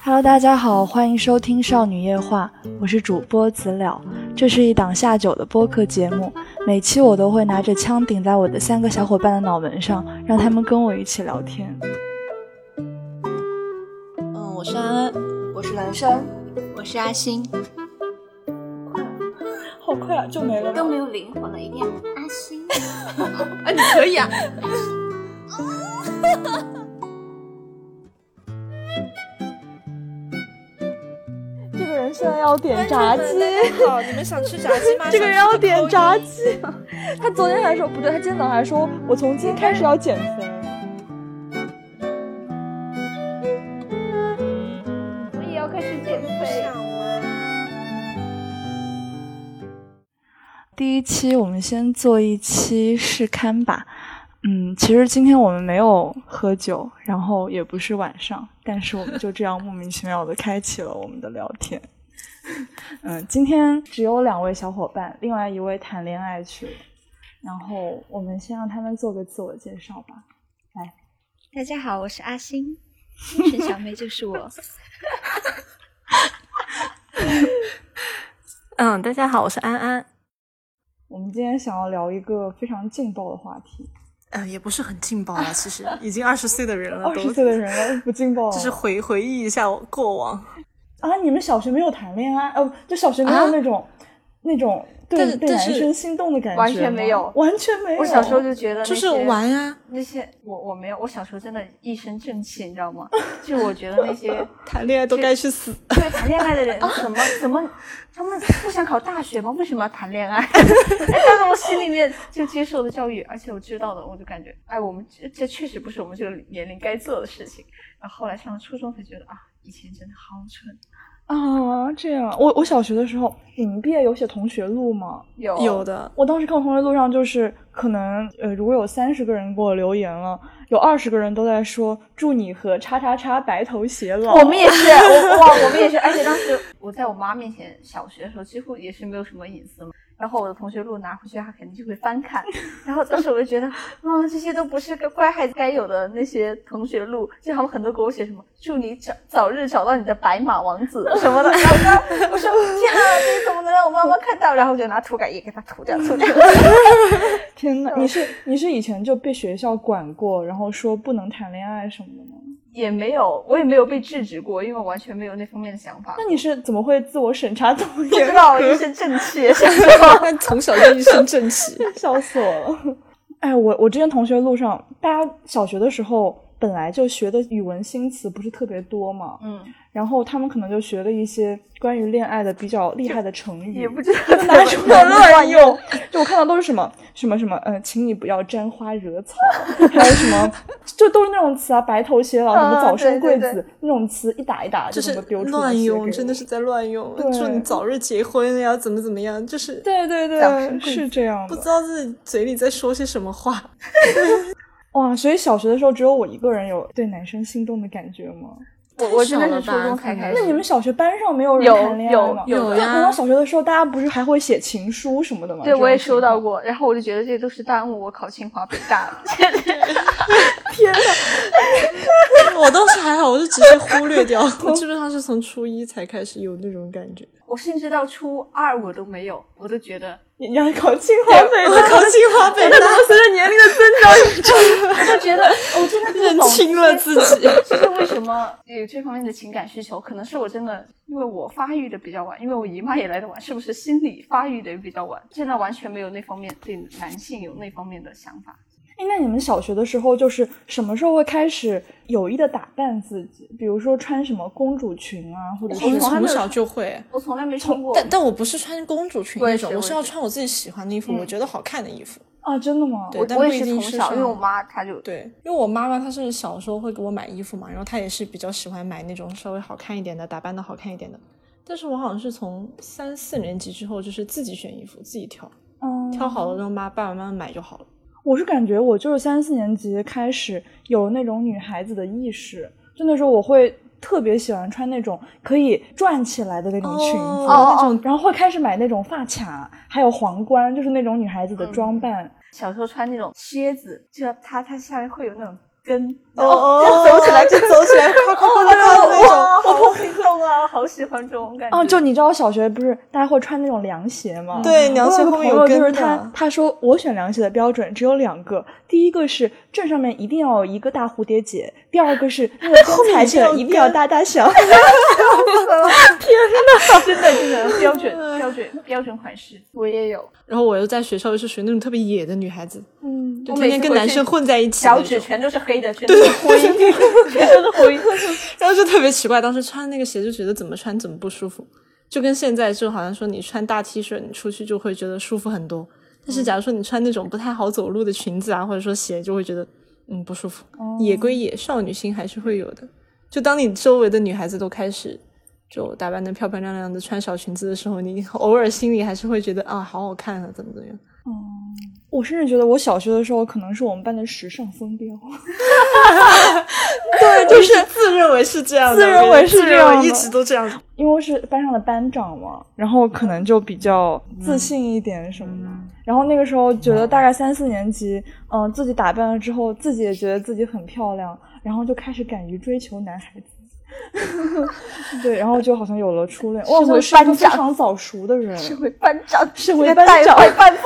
Hello，大家好，欢迎收听《少女夜话》，我是主播子了。这是一档下酒的播客节目，每期我都会拿着枪顶在我的三个小伙伴的脑门上，让他们跟我一起聊天。嗯，我是安安，我是蓝山，我是阿星。好快啊，就没了。都没有灵魂了，一定要阿星。 啊，你可以啊。这个人现在要点炸鸡，好，你们想吃炸鸡 吗？这个人要点炸鸡。 他昨天还说不对，他今天早上还说我从今天开始要减肥。我也要开始减肥。想吗？第一期我们先做一期试刊吧。嗯，其实今天我们没有喝酒，然后也不是晚上，但是我们就这样莫名其妙的开启了我们的聊天。 嗯，今天只有两位小伙伴，另外一位谈恋爱去了。然后我们先让他们做个自我介绍吧。大家好，我是阿星，精神小妹就是 我。嗯，大家好，我是安安。我们今天想要聊一个非常劲爆的话题，呃，也不是很劲爆啊，其实已经 二十岁的人了，二呃都十岁的人了不劲爆了就是回回忆一下过往。啊！你们小学没有谈恋爱？哦，就小学没有啊那种、那种对但是对但男是生心动的感觉吗，完全没有完全没有。我小时候就觉得那就是些玩啊，那些，我我没有，我小时候真的一身正气，你知道吗？就我觉得那 些谈恋爱都该去死。 对谈恋爱的人，怎么怎么，他们不想考大学吗？为什么要谈恋爱？哎 但是我心里面就接受的教育，而且我知道的，我就感觉，哎，我们这这确实不是我们这个年龄该做的事情。然后后来上了初中才觉得啊，以前真的好蠢。啊，这样，我我小学的时候，你们毕业有写同学录吗？有有的，我当时看同学录上，就是可能呃，如果有三十个人给我留言了，有二十个人都在说祝你和叉叉叉白头偕老。我们也是，我哇，我们也是，而且当时我在我妈面前，小学的时候几乎也是没有什么隐私嘛。然后我的同学录拿回去，她肯定就会翻看。然后当时我就觉得，嗯，这些都不是个乖孩子该有的那些同学录，就他们很多给我写什么“祝你早早日找到你的白马王子”什么的。然后呢我说天啊，这怎么能让我妈妈看到？然后我就拿涂改液给她涂掉，涂掉。 天呐，你是你是以前就被学校管过，然后说不能谈恋爱什么的吗？也没有，我也没有被制止过，因为我完全没有那方面的想法那。你是怎么会自我审查这 么不严知道，一身正气。 但从小就一身正气。 笑死我了！哎，我我之前同学路上，大家小学的时候本来就学的语文新词不是特别多嘛，嗯，然后他们可能就学了一些关于恋爱的比较厉害的成语，也不知道怎拿么出来乱 用。就我看到都是什么什么什么，嗯、请你不要沾花惹草，啊 还有什么，就都是那种词啊，白头偕老，什么啊早生对贵对子、对那种词，一打一打就这是么丢出来乱写用，给真我的是在乱用对。祝你早日结婚呀，怎么怎么样，就是对对早对，生贵是这样不的知。道自己嘴里在说些什么 话。哇，所以小学的时候只有我一个人有对男生心动的感觉吗？我我真的是初中才开那始。你们小学班上没有人有谈恋爱吗？有有呀难道小学的时候大家不是还会写情书什么的吗？对，我也收收到。过，然后我就觉得这都是耽误我考清华北大了。我倒是还好，我就直接忽略掉。 我基本上是从初一才开始有那种感觉。我甚至到初二我都没有，我都觉得你要考 清华北 我大，考清华北大，随着年龄的增 长，我就 觉得我真的不认懂清了自己。就是为什么有这方面的情感需求，可能是我真的因为我发育的比较晚，因为我姨妈也来的晚，是不是心理发育的也比较晚？真的完全没有那方面对男性有那方面的想法。哎，那你们小学的时候就是什么时候会开始有意的打扮自己？比如说穿什么公主裙啊，或者 我们是从来从没有小就会，我从来没穿过，但但我不是穿公主裙我也那是种，我是我要也是穿我自己喜欢的衣服，我觉得好看的衣服。啊，真的吗？对，但我不也一是定从是小，因为我上。妈她就对，因为我妈妈她是小时候会给我买衣服嘛，然后她也是比较喜欢买那种稍微好看一点的，打扮的好看一点的。但是我好像是从三四年级之后，就是自己选衣服，自己挑，嗯，挑好了让妈爸爸妈妈买就好了。我是感觉我就是三四年级开始有那种女孩子的意识，就那时候我会特别喜欢穿那种可以转起来的那种裙子，哦哦那种然后会开始买那种发卡，还有皇冠，就是那种嗯女孩子的装扮。小时候穿那种靴子，就它它下面会有那种跟，哦，走起来就走起来，夸夸夸夸夸的那种。 好心动啊，好喜欢这种感觉。哦， 就你知道小学不是大家会穿那种凉鞋吗？嗯对，我娘有气个后朋面友跟就的是他，他说我选凉鞋的标准只有两个，第一个是正上面一定要有一个大蝴蝶结，第二个是 那个后跟面踩一起定来要一定要跟大大小。 真的真的标准标准标准款式，我也有。然后我又在学校又是属于那种特别野的女孩子，嗯，就我天每天次跟回男去生混在一起那小种，指全都是黑的，全都是灰，全都是灰。然后就特别奇怪，当时穿那个鞋就觉得怎么穿怎么不舒服，就跟现在就好像说你穿大 T 恤，你出去就会觉得舒服很多。但是假如说你穿那种不太好走路的裙子啊，或者说鞋，就会觉得嗯不舒服。野归野，少女心还是会有的。就当你周围的女孩子都开始就打扮的漂漂亮亮的，穿小裙子的时候，你偶尔心里还是会觉得啊好好看啊，怎么怎么样。我甚至觉得我小学的时候可能是我们班的时尚风标，对，就是自认为是这样的，自认为是自这样的一直都这样。因为我是班上的班长嘛，然后可能就比较自信一点什么的。然后那个时候觉得大概三四年级，嗯、自己打扮了之后，自己也觉得自己很漂亮，然后就开始敢于追求男孩子。 对，然后就好像有了初恋。哇，社会我是一个班非长常早熟的人，社会班长，社会你班带长 坏班部。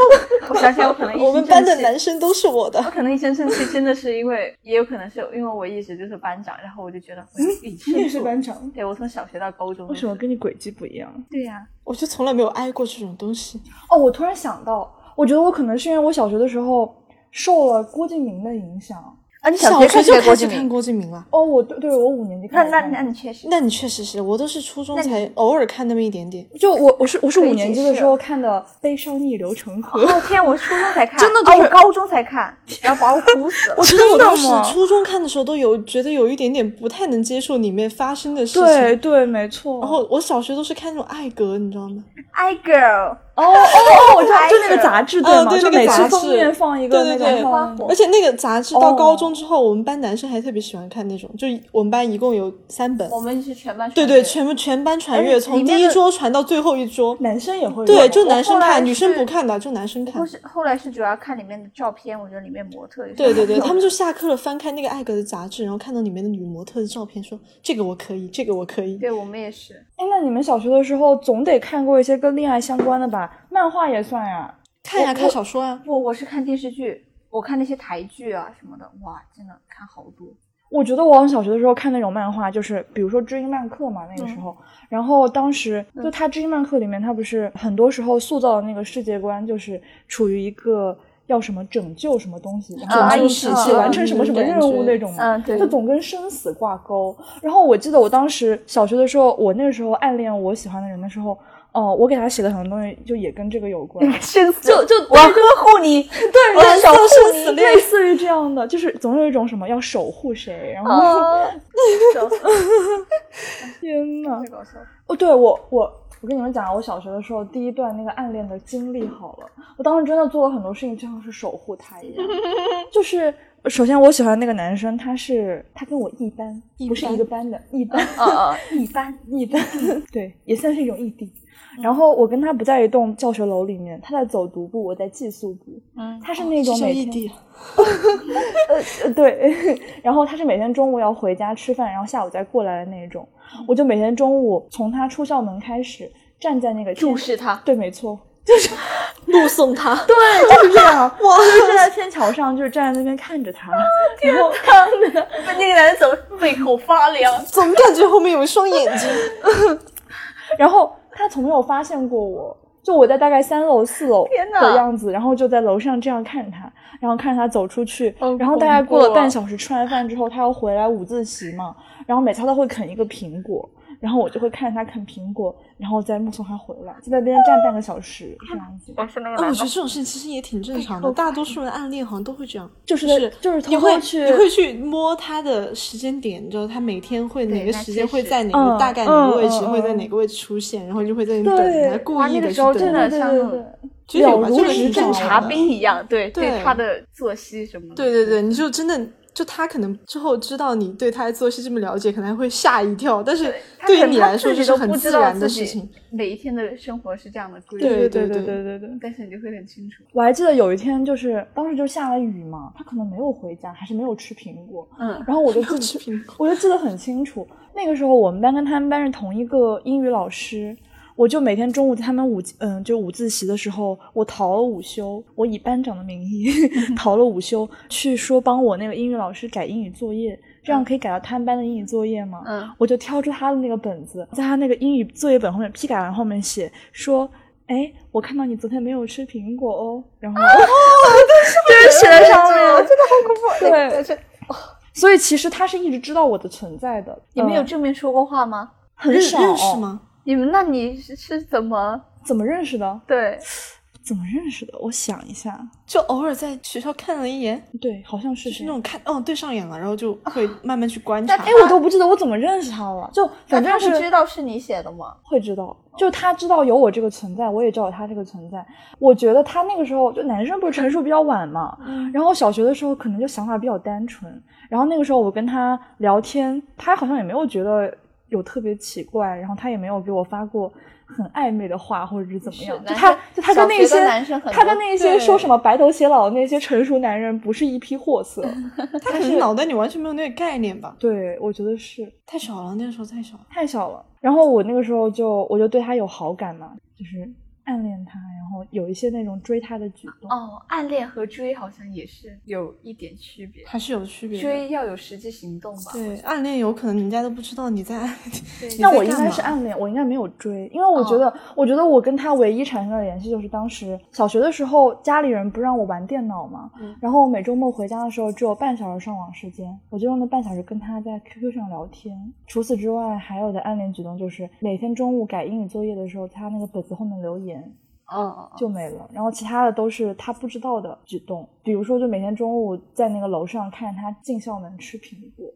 我想起来，我可能一身我们班的正气男生都是我的我。可能一身正气，真的是因为，也有可能是因为我一直就是班长，然后我就觉得我要以你也身是作班长，对我从小学到高中都为是，什么跟你轨迹不一样？对呀、我就从来没有挨过这种东西。哦，我突然想到，我觉得我可能是因为我小学的时候受了郭敬明的影响。啊？你小学就开始看郭敬明了？哦，我对对，我五年级那开始那看那你确实，那你确实是我都是初中那你才偶尔看那么一点点。就我我是我是可以五年级解的释时候看的《悲伤逆流成河》哦天，我初中才 看，真的就啊是我高中才看，然后把我哭死了。我觉得真我的当时吗初中看的时候都有觉得有一点点不太能接受里面发生的事情。对对，没错。然后我小学都是看那种爱格，你知道吗？ I girl，哦哦哦，我知道，还就那个是杂志嗯吗？对就那个每杂次封志面放一个对那对种对花花火火而。且那个杂志到哦高中之后，我们班男生还特别喜欢看那种，就我们班一共有三本。我们是全班对传对，阅全部全班传而且阅，里从面第一的桌传到最后一桌。男生也会对，有就我男生后来看，女生是不看的，就男生看后。是后来是主要看里面的照片，我觉得里面模特也是对对很对，漂他亮们就下课了，翻开那个艾格的杂志，然后看到里面的女模特的照片，说这个我可以，这个我可以。对我们也是，哎，那你们小学的时候总得看过一些跟恋爱相关的吧？漫画也算呀。看呀，我看小说啊，我我是看电视剧，我看那些台剧啊什么的，哇，真的看好多。我觉得我好像小学的时候看那种漫画，就是比如说《知音漫客》嘛，那嗯个时候，然后当时就他《知音漫客》里面，他不是很多时候塑造的那个世界观，就是处于一个要什么拯救什么东西，然后啊拯救一世嗯界，嗯完成什么什么任务那种嘛，嗯，对就总跟生死挂钩。然后我记得我当时小学的时候，我那个时候暗恋我喜欢的人的时候，哦、我给他写的很多东西就也跟这个有关，生死，就就我要呵护你，对我 要守护生死你，类似于这样的，就是总有一种什么要守护谁，然后、啊 天呐！搞笑。哦，对我我我跟你们讲，啊我小学的时候第一段那个暗恋的经历好了，我当时真的做了很多事情，就像是守护他一样，就是。首先，我喜欢那个男生，他是他跟我一班，一不是班一个班的，一班，嗯嗯，一班，一班，对，也算是一种异地。然后我跟他不在一栋教学楼里面，他在走读部，我在寄宿部。嗯，他是那种叫每哦异天地。呃，对， 然后他是每天中午要回家吃饭，然后下午再过来的那种。我就每天中午从他出校门开始，站在那个注天视他，对，没错，目送他。对，就是这样。我 就是站在天桥上，就是站在那边看着他，然后那个男人走背后发凉，总感觉后面有一双眼睛。然后他从没有发现过我，就我在大概三楼、四楼天哪的样子，然后就在楼上这样看他，然后看着他走出去，好然后大概恐怖过了啊半小时，吃完饭之后他要回来午自习嘛，然后每次他都会啃一个苹果。然后我就会看着他啃苹果，然后再目送他回来，就在那边站半个小时这样子，我是那个 啊，我觉得这种事情其实也挺正常的，大多数人暗恋好像都会这样，就是是就是你偷会偷去你会去摸他的时间点，你知道他每天会对哪个那时确间会实在哪个嗯大概哪个位置嗯嗯会在嗯哪个位置出现，然后你就会在那里对等，他，故哇意那个的去时候等真的他。对像对那对种，其实有了吧，如这个指是掌侦正啊察常的。兵一样，对对他的作息什么的，对对对，你就真的就他可能之后知道你对他的作息这么了解，可能还会吓一跳，但是他对可于能你他来说自己就是都很不自知道然的自事己 情。每一天的生活是这样的规律，嗯对对对对对对对。但是你就会很清楚。我还记得有一天，就是当时就下了雨嘛，他可能没有回家，还是没有吃苹果。嗯，然后我就不自己吃苹果，我就记得很清楚，那个时候我们班跟他们班是同一个英语老师，我就每天中午他们午嗯就午自习的时候，我逃了午休，我以班长的名 义逃了午休，去说帮我那个英语老师改英语作业，这样可以改到他们班的英语作业吗？嗯，我就挑出他的那个本子，在他那个英语作业本后面批改完后面写说。哎，我看到你昨天没有吃苹果哦，然后就是写在上哦面，真的好恐 怖。对那个是哦所以其实他是一直知道我的存在的。你们有嗯正面说过话吗？很认少哦认识吗？你们那你是是怎么怎么认识的？对？怎么认识的？我想一下，就偶尔在学校看了一眼，对，好像是就是谁那。种看，哦，对上眼了，然后就会慢慢去观察。但哎，我都不记得我怎么认识他了，就那反他正会是知道是你写的吗？会知道，就他知道有我这个存在，我也知道有他这个存在。我觉得他那个时候就男生不是成熟比较晚嘛，嗯然后小学的时候可能就想法比较单纯，然后那个时候我跟他聊天，他好像也没有觉得有特别奇怪，然后他也没有给我发过很暧昧的话或者是怎么样，是就男他生就他跟那小学些的男生很他多跟那些对说什么白头偕老的那些成熟男人不是一批货 色，他可能脑袋里完全没有那个概念吧，对我觉得是太小了，那个时候太小了。太小了。然后我那个时候就我就对他有好感嘛，就是暗恋他，然后有一些那种追他的举动。哦，暗恋和追好像也是有一点区别，还是有区别的。追要有实际行动吧。对，暗恋有可能人家都不知道你在 暗恋。对，那你在我应干该嘛哦是暗恋，我应该没有追，因为我觉得，我觉得我跟他唯一产生的联系就是当时小学的时候，家里人不让我玩电脑嘛，嗯然后我每周末回家的时候只有半小时上网时间，我就用那半小时跟他在 QQ 上聊天。除此之外，还有的暗恋举动就是每天中午改英语作业的时候，他那个本子后面留言，哦，啊就没了。然后其他的都是他不知道的举动，比如说，就每天中午在那个楼上看着他进校门吃苹果，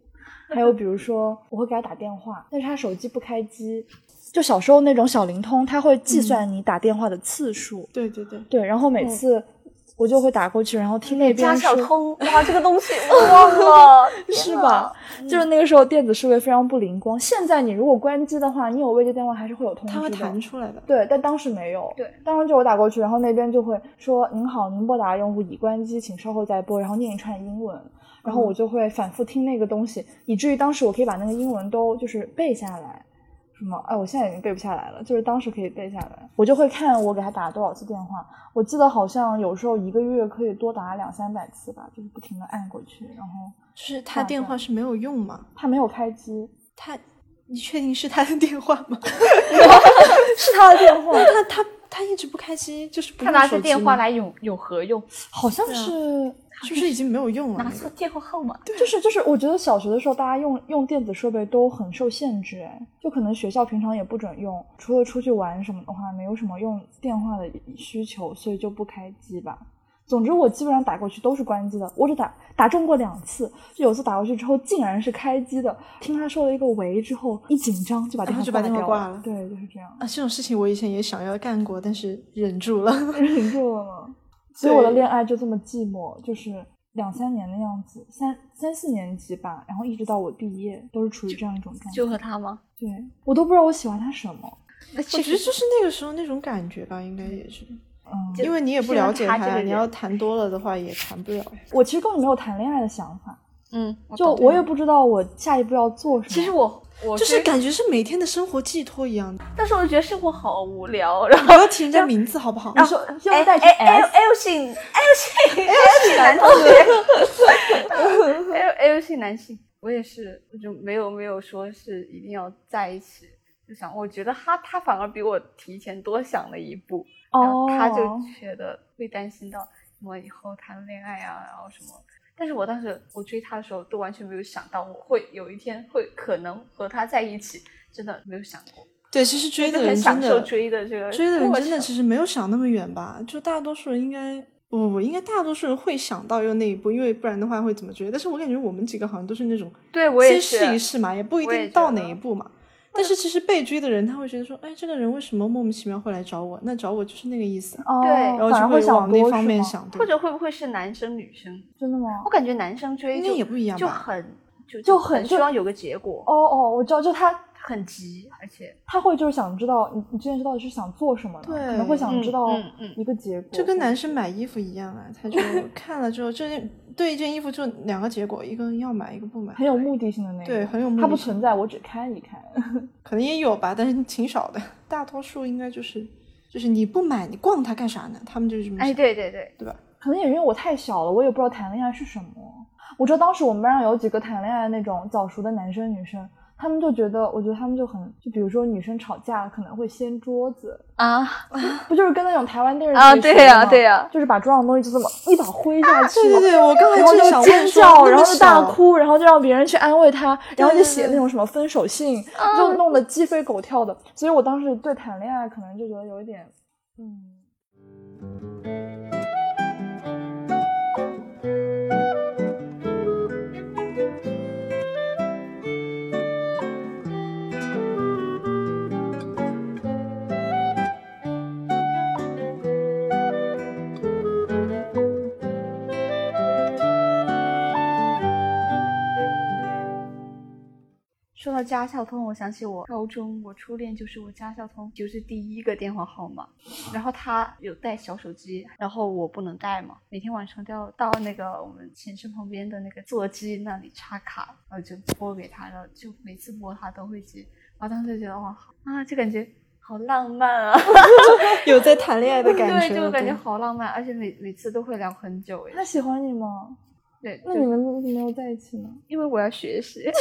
还有比如说，我会给他打电话，但是他手机不开机。就小时候那种小灵通，他会计嗯算你打电话的次数，对对对，对，然后嗯每次我就会打过去，然后听那边加小说。偷，哇，这个东 西我忘 了，是天哪吧？？嗯就是那个时候电子设备非常不灵光。现在你如果关机的话，你有未接电话还是会有通知他的。会弹出来的。对，但当时没有。对，当时就我打过去，然后那边就会说：“您好，您拨打的用户已关机，请稍后再拨。”然后念一串英文，然嗯后我就会反复听那个东西，以至于当时我可以把那个英文都就是背下来。什么？哎，我现在已经背不下来了，就是当时可以背下来。我就会看我给他打了多少次电话，我记得好像有时候一个月可以多打两三百次吧，就是不停的按过去，然后就是他电话是没有用嘛？他没有开机，他，你确定是他的电话吗？是他的电话， 他他他一直不开机，就是不他用拿手着机电吗话，来有有何用？好像对啊是。是不是已经没有用了？拿那错个电话号码，就是就是，我觉得小学的时候大家用用电子设备都很受限制，哎，就可能学校平常也不准用，除了出去玩什么的话，没有什么用电话的需求，所以就不开机吧。总之，我基本上打过去都是关机的，我只打打中过两次，就有次打过去之后竟然是开机的。听他说了一个“喂”之后，一紧张就把电话然后啊就把电话挂掉挂了对，就是这样，啊，这种事情我以前也想要干过，但是忍住了。 忍住了吗？所以我的对恋爱就这么寂寞，就是两三年的样子，三三四年级吧，然后一直到我毕业，都是处于这样一种状态。就和他吗？对我都不知道我喜欢他什么，那我确觉得实就是那个时候那种感觉吧，应该也是，嗯，因为你也不是因为了解他这个人你要谈多了的话也谈不了。我其实根本没有谈恋爱的想法，嗯，就我也不知道我下一步要做什么。其实我我就是追，感觉是每天的生活寄托一样 的，但是我觉得生活好无聊，然后不要提人家名字好不好？你说要哎不带去 L S， L 姓 L 姓 L 姓男同学，L L 姓哎男性，我也是，我就没有没有说是一定要在一起，就想我觉得他他反而比我提前多想了一步，然后哦，他就觉得会担心到什么以后谈恋爱啊，然后什么。但是我当时我追他的时候，都完全没有想到我会有一天会可能和他在一起，真的没有想过，对，其实追就的很人真享受的追的这个追的人过真的程其实没有想那么远吧，就大多数人应该。不不不，应该大多数人会想到用那一步，因为不然的话会怎么追？但是我感觉我们几个好像都是那种对我也先是试一试嘛，也不一我也定觉到得哪一步嘛。但是其实被追的人他会觉得说，哎，这个人为什么莫名其妙会来找我？那找我就是那个意思，哦对然后反而就会想往那多方是面吗，想，对或者会不会是男生女生？真的吗我？感觉男生追应该就也不一样就吧很就就很很希就望有个结果，哦哦，我知道，就他很急，而且他会就是想知道你你之前知道底是想做什么的，可能会想嗯知道嗯嗯一个结果。就跟男生买衣服一样啊，他 就看了之后，这件对一件衣服就两个结果，一个要买，一个不买，很有目的性的那个，对很有目它不的性存在，我只看一看。 可能也有吧，但是挺少的，大多数应该就是就是你不买，你逛它干啥呢？他们就是嗯这么哎，想对对对，对吧？可能也因为我太小了，我也不知道谈恋爱是什么。我知道当时我们班上有几个谈恋爱的那种早熟的男生女生，他们就觉得，我觉得他们就很，就比如说女生吵架了可能会掀桌子，啊不就是跟那种台湾电视剧啊学对呀的吗对呀就是把桌上的东西就这么一把挥下去，对啊对对，我刚才然后正就想尖问说叫，那然么后就大少哭，然后就让别人去安慰他，然后就对写对那种什么分手信，嗯就弄得鸡飞狗跳的。所以我当时对谈恋爱可能就觉得有一点，嗯。说到家校通，我想起我高中，我初恋就是我家校通，就是第一个电话号码。然后他有带小手机，然后我不能带嘛，每天晚上都要到那个我们寝室旁边的那个座机那里插卡，然后就拨给他，然后就每次拨他都会接。然后当时就觉得哇啊，就感觉好浪漫啊，有在谈恋爱 的 感觉，对，就感觉好浪漫，而且每每次都会聊很久诶。他喜欢你吗？对，那就你们为什么没有在一起呢？因为我要学习， 怎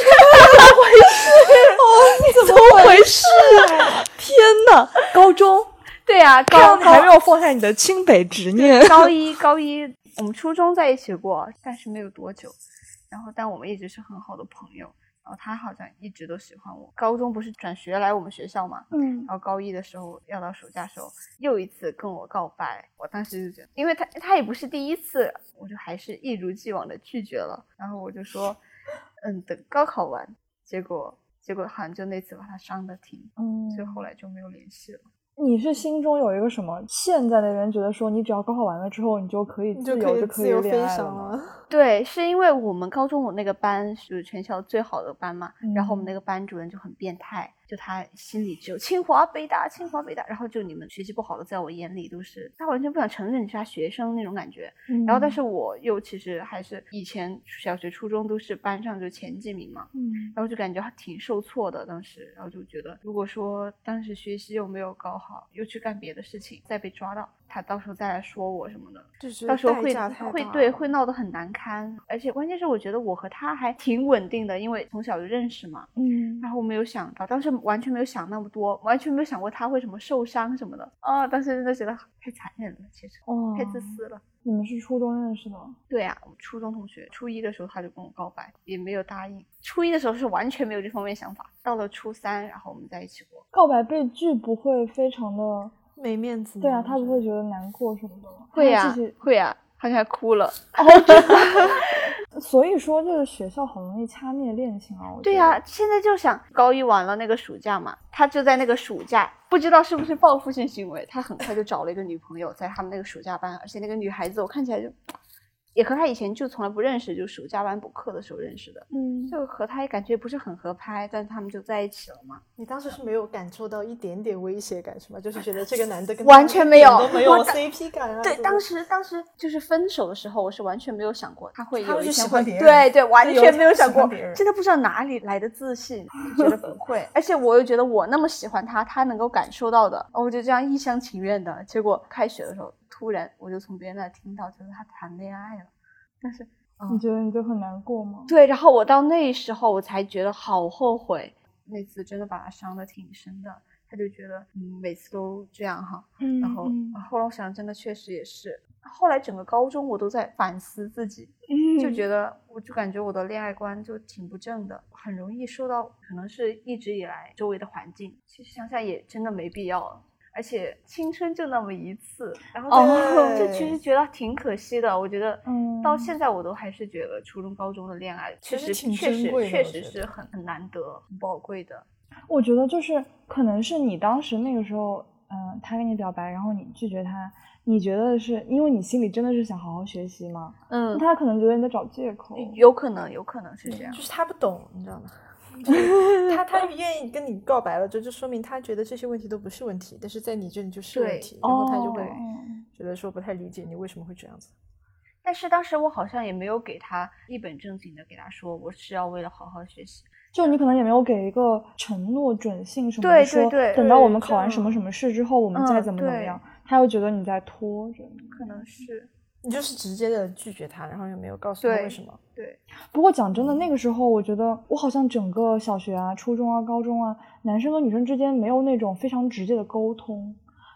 么回事、啊啊 天哪！高 中， 对呀、啊，看高样子还没有放下你的清北执念。高一高一，我们初中在一起过，但是没有多久。然后，但我们一直是很好的朋友。然后他好像一直都喜欢我。高中不是转学来我们学校嘛？嗯，然后高一的时候，要到暑假时候，又一次跟我告白。我当时就觉得，因为他他也不是第一次，我就还是一如既往的拒绝了。然后我就说，嗯，等高考完。结果结果好像就那次把他伤的挺，嗯所以后来就没有联系了。你是心中有一个什么线在那边，觉得说你只要高考完了之后，你就可以 你就自由可就以可自以由恋飞爱翔了吗。了。对，是因为我们高中我那个班是全校最好的班嘛，然后我们那嗯个班主任就很变态，就他心里只有清华北大、清华北大，然后就你们学习不好的，在我眼里都是他完全不想承认你是他学生那种感觉。嗯然后，嗯但是我又其实还是以前小学、初中都是班上就前几名嘛，嗯，然后就感觉还挺受挫的，当时，然后就觉得，如果说当时学习又没有搞好，又去干别的事情，再被抓到，他到时候再来说我什么的，就觉得到时候代会价太会大对了会闹得很难堪，而且关键是我觉得我和他还挺稳定的，因为从小就认识嘛。嗯，然后我没有想到，当时完全没有想那么多，完全没有想过他会什么受伤什么的。哦，当时真的觉得太残忍了，其实哇，太自私了。你们是初中认识的？对啊，我初中同学，初一的时候他就跟我告白，也没有答应。初一的时候是完全没有这方面想法，到了初三，然后我们在一起过。告白被拒不会非常的，没面子吗。对啊，他我觉不得会觉得难过什么的吗？会呀、呀、会呀、好像还哭了。所以说就是学校好容易掐灭恋情啊。我对呀、呀、现在就想高一完了那个暑假嘛，他就在那个暑假，不知道是不是报复性行为，他很快就找了一个女朋友，在他们那个暑假班，而且那个女孩子我看起来就，也和他以前就从来不认识，就暑假班补课的时候认识的，嗯，就和他也感觉不是很合拍，但他们就在一起了嘛。你当时是没有感受到一点点威胁感是吗？就是觉得这个男的跟完他全一没点有都没我有当 CP 感啊。对，怎么当时当时就是分手的时候，我是完全没有想过他会他有会一去天喜会欢别人对对，完有一全天没有会喜想欢过别人，真的不知道哪里来的自信，觉得 不会，而且我又觉得我那么喜欢他，他能够感受到的，哦我就这样一厢情愿的。结果开学的时候，突然我就从别人那听到，就是他谈恋爱了，但是你觉得你就很难过吗？对，然后我到那时候我才觉得好后悔，那次真的把他伤的挺深的。他就觉得，嗯，每次都这样哈，嗯然后、啊后来我想，真的确实也是。后来整个高中我都在反思自己，嗯嗯就觉得我就感觉我的恋爱观就挺不正的，很容易受到可能是一直以来周围的环境。其实想想也真的没必要了，而且青春就那么一次，然后哦 就就其实觉得挺可惜的。我觉得嗯到现在我都还是觉得初中、高中的恋爱确其实实挺确珍实贵的确我实觉是很很难得、很宝贵的。我觉得就是可能是你当时那个时候，嗯、他跟你表白，然后你拒绝他，你觉得是因为你心里真的是想好好学习吗？嗯，他可能觉得你在找借口。有可能，有可能是这样就。是他不懂，你知道 吗？就是他他愿意跟你告白了，就就说明他觉得这些问题都不是问题，但是在你这里就是问题，然后他就会哦觉得说不太理解你为什么会这样子。但是当时我好像也没有给他一本正经的给他说，我是要为了好好学习。就你可能也没有给一个承诺、准信什么对的，对说对等到我对们这考完什么样什么试之后，我们嗯再怎么怎么样，他又觉得你在拖着。可能是你就是直接的拒绝他，然后又没有告诉他对为什么。不过讲真的，那个时候我觉得我好像整个小学啊、初中啊、高中啊，男生跟女生之间没有那种非常直接的沟通，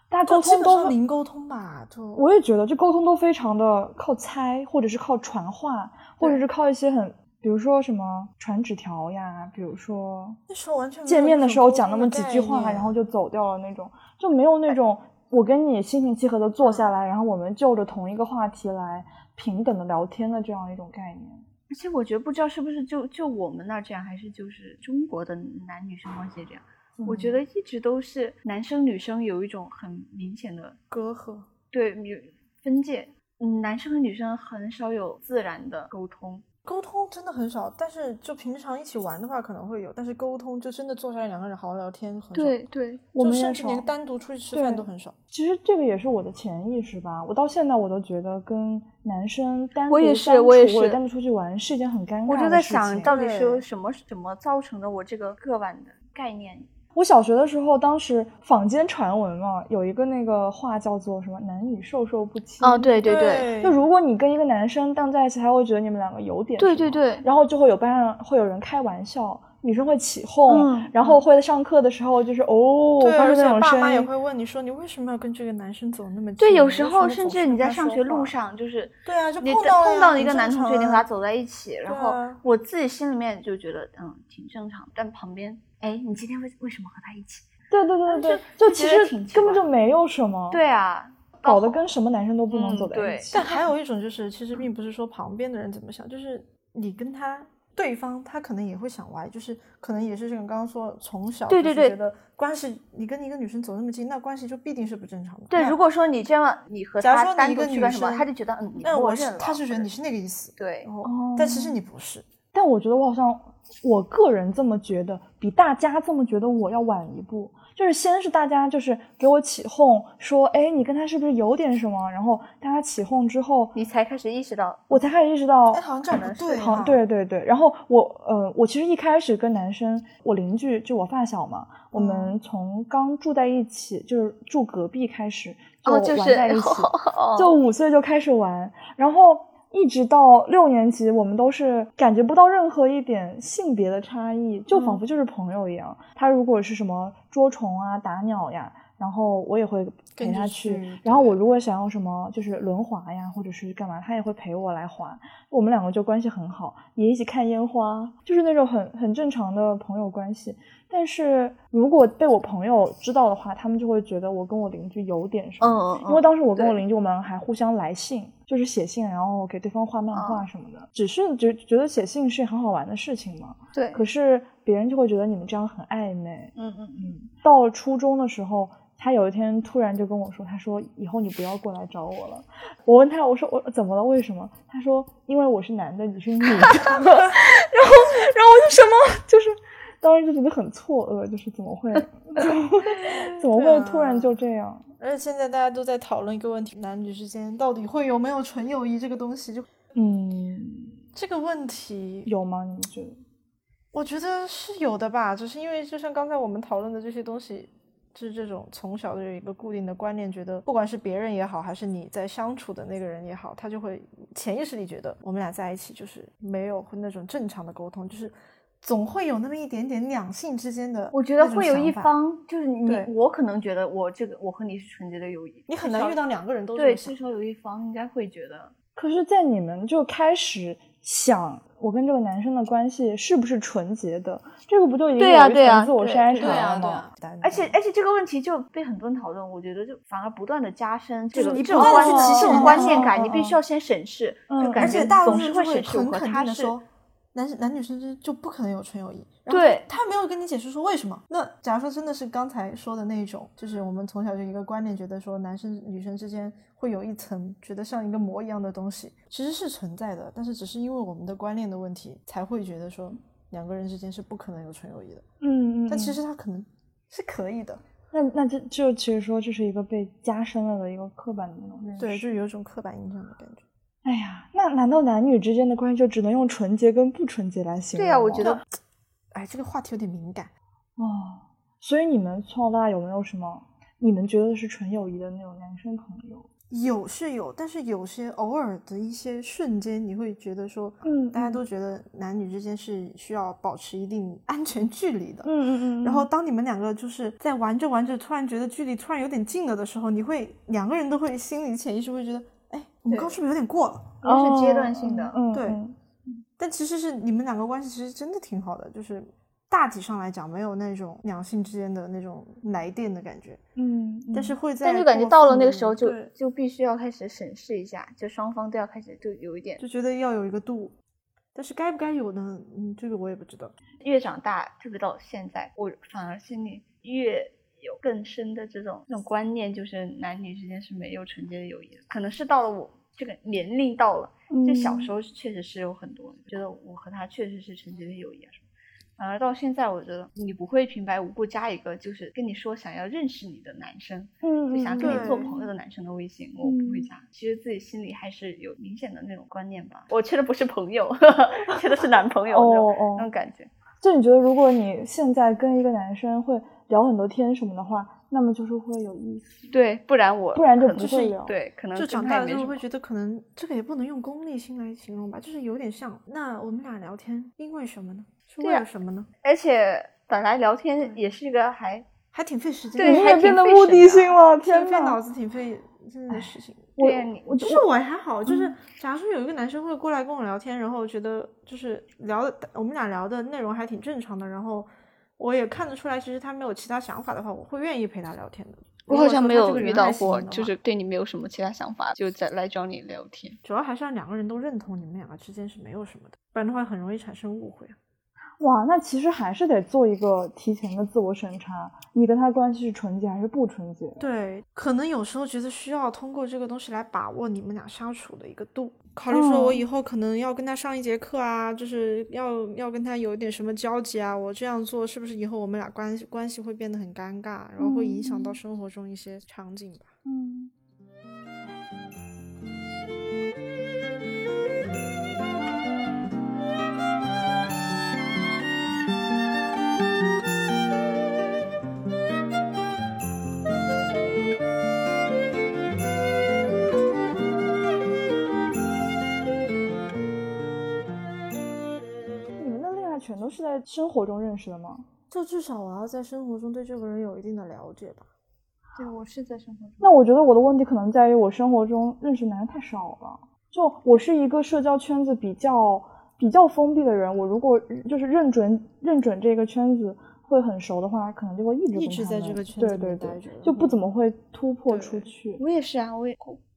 大家沟就基通本都上零沟通吧，就我也觉得这沟通都非常的靠猜，或者是靠传话，或者是靠一些很，比如说什么传纸条呀，比如说那时候完全没有见面的时候讲那么几句这种沟通的概话，念然后就走掉了那种，就没有那种我跟你心平气和的坐下来，然后我们就着同一个话题来平等的聊天的这样一种概念。而且我觉得不知道是不是就就我们那儿这样，还是就是中国的男女生关系这样。我觉嗯得一直都是男生女生有一种很明显的隔阂。对有分界，嗯，男生和女生很少有自然的沟通。沟通真的很少，但是就平常一起玩的话可能会有，但是沟通就真的坐下来两个人好好聊天很少，对，我就们也甚至少连单独出去吃饭对都很少。其实这个也是我的潜意识吧，我到现在我都觉得跟男生单我也独是相我也处或者是单独出去玩是一件很尴尬的事我情。就在想到底对是什么怎么造成的我这个各晚的概念。我小学的时候，当时坊间传闻嘛，有一个那个话叫做什么“男女授受不亲”。，哦对对就如果你跟一个男生当在一起，他会觉得你们两个有点什么，对，然后就会有班上会有人开玩笑，女生会起哄，嗯然后会上课的时候就是哦，对，发而出且那种爸妈声也音。会问你说你为什么要跟这个男生走那么近？对，有你时为什候么甚总至是你跟在他上说学路话，上，就是对啊就你碰在到了碰呀到很一个正男同学，你和常他啊走在一起，然对后啊我自己心里面就觉得，嗯，挺正常。但旁边，哎，你今天为为什么和他一起？对对对对对，就就就其觉得实挺奇根本怪就没有什么，对，啊，搞得跟什么男生都不能嗯走在对一起。但还有一种就是，其实并不是说旁边的人怎么想，就是你跟他对方，他可能也会想歪，就是可能也是这个刚刚说从小对对就是对觉得关系，你跟一个女生走那么近，那关系就必定是不正常的。对，那如果说你这样，你和假如他说你单一独个去女干什么，生他就觉得嗯，你那默我是认了，他是觉或得者你是嗯那个意思，对然，后哦但其实你不是，但我觉得我好像，我个人这么觉得，比大家这么觉得我要晚一步。就是先是大家就是给我起哄说，哎，你跟他是不是有点什么？然后大家起哄之后，你才开始意识到，我才开始意识到哎，，好像这哦可样能不是对、啊，好，对对对。然后我呃，我其实一开始跟男生，我邻居就我发小嘛，我嗯们从刚住在一起，就是住隔壁开始就哦，就玩是在一起， 哦就五岁就开始玩，然后一直到六年级，我们都是感觉不到任何一点性别的差异，就仿佛就是朋友一样。他如果是什么捉虫啊、打鸟呀，然后我也会陪跟他着去；去然后我如果想要什么就是轮滑呀，或者是干嘛，他也会陪我来滑。我们两个就关系很好，也一起看烟花，就是那种很很正常的朋友关系。但是如果被我朋友知道的话，他们就会觉得我跟我邻居有点什么。嗯，因为当时我跟我对邻居，我们还互相来信，就是写信，然后给对方画漫嗯画什么的。只是觉觉得写信是很好玩的事情嘛。对，可是别人就会觉得你们这样很暧昧。嗯嗯，嗯，到了初中的时候，他有一天突然就跟我说，他说以后你不要过来找我了。我问他，我说我怎么了？为什么？他说因为我是男的，你是女的。然 后，然后我就什么就是。当时就觉得很错愕，就是怎么会， 怎么会，怎么啊会突然就这样？而且现在大家都在讨论一个问题：男女之间到底会有没有纯友谊这个东西？就嗯，这个问题，有吗？你们觉得？我觉得是有的吧。只是因为就像刚才我们讨论的这些东西，就是这种从小就有一个固定的观念，觉得不管是别人也好，还是你在相处的那个人也好，他就会潜意识里觉得我们俩在一起就是没有那种正常的沟通，就是总会有那么一点点两性之间的，我觉得会有一。方，就是你对，我可能觉得我这个我和你是纯洁的友谊，你很至少难遇到两个人都这对，么想至少有一方应该会觉得，可是，在你们就开始想我跟这个男生的关系是不是纯洁的，这个不就已经对有呀一对呀层自我对筛对查呀了吗？而且而且这个问题就被很多人讨论，我觉得就反而不断的加深这是种你这种不断观地去提这醒种人观家嗯念哦感，哦你必须要先审视，嗯就而感而觉且大部总分是就会审视我很和肯他定的是说，男男女生之间就不可能有纯友谊。然后对他没有跟你解释说为什么。那假如说真的是刚才说的那一种，就是我们从小就一个观念，觉得说男生女生之间会有一层觉得像一个膜一样的东西，其实是存在的，但是只是因为我们的观念的问题，才会觉得说两个人之间是不可能有纯友谊的。嗯嗯，但其嗯实他可能是可以的，那那这就其实说这是一个被加深了的一个刻板的那种认识。对，就有一种刻板印象的感觉。哎呀，那难道男女之间的关系就只能用纯洁跟不纯洁来形容对吗？呀、我觉得啊哎，这个话题有点敏感。哦，所以你们从小到大有没有什么你们觉得是纯友谊的那种男生朋友？有是有，但是有些偶尔的一些瞬间，你会觉得说，嗯大家都觉得男女之间是需要保持一定安全距离的。嗯嗯然后当你们两个就是在玩着玩着，突然觉得距离突然有点近了的时候，你会两个人都会心里潜意识会觉得，哎，你们刚对是不是有点过了？也是阶段性的。嗯，嗯对嗯但其实是你们两个关系其实真的挺好的，就是大体上来讲没有那种两性之间的那种来电的感觉，嗯，嗯但是会在但就感觉过到了父那个母时候就，对就必须要开始审视一下，就双方都要开始就有一点，就觉得要有一个度，但是该不该有呢？嗯，这个我也不知道。越长大，特别到现在，我反而心里越有更深的这种这种观念，就是男女之间是没有纯洁的友谊的。可能是到了我这个年龄到了，就嗯小时候确实是有很多觉得我和他确实是纯洁的友谊啊什么。反而到现在，我觉得你不会平白无故加一个就是跟你说想要认识你的男生，嗯就想跟你对做朋友的男生的微信，我不会加。其实自己心里还是有明显的那种观念吧。我缺的不是朋友， 缺的是嗯男朋友，那哦种哦那，种感觉。就你觉得，如果你现在跟一个男生会聊很多天什么的话，那么就是会有意思，对，不然我不然就可能不就是会聊。，对，可能就跟长他大也了没之后什会么觉得，可能这个也不能用功利心来形容吧，就是有点像。那我们俩聊天，因为什么呢？是对为啊了什么呢？而且本来聊天也是一个还还挺费时间对你的，这还也挺变得费目神的的性了，天挺费脑呐，子，挺费真的事情。我对呀你我其实我还好，就是嗯假如说有一个男生会过来跟我聊天，然后觉得就是聊的我们俩聊的内容还挺正常的，然后我也看得出来，其实他没有其他想法的话，我会愿意陪他聊天的。我如好果像说没他这有个遇人到还行过，的就话是对你没有什么其他想法，就再来找你聊天。主要还是让两个人都认同你们两个之间是没有什么的，不然的话很容易产生误会啊。哇，那其实还是得做一个提前的自我审查，你跟他关系是纯洁还是不纯洁？对，可能有时候觉得需要通过这个东西来把握你们俩相处的一个度，考虑说我以后可能要跟他上一节课啊，就是要要跟他有一点什么交集啊，我这样做是不是以后我们俩关系关系会变得很尴尬，然后会影响到生活中一些场景吧。嗯，你们的恋爱全都是在生活中认识的吗？就至少我要在生活中对这个人有一定的了解吧。对，我是在生活中。那我觉得我的问题可能在于我生活中认识男人太少了。就我是一个社交圈子比较比较封闭的人，我如果就是认准认准这个圈子会很熟的话，可能就会一直一跟直他在们这个圈子对对里对待着嗯就不怎么会突破对出去。我也是啊，我也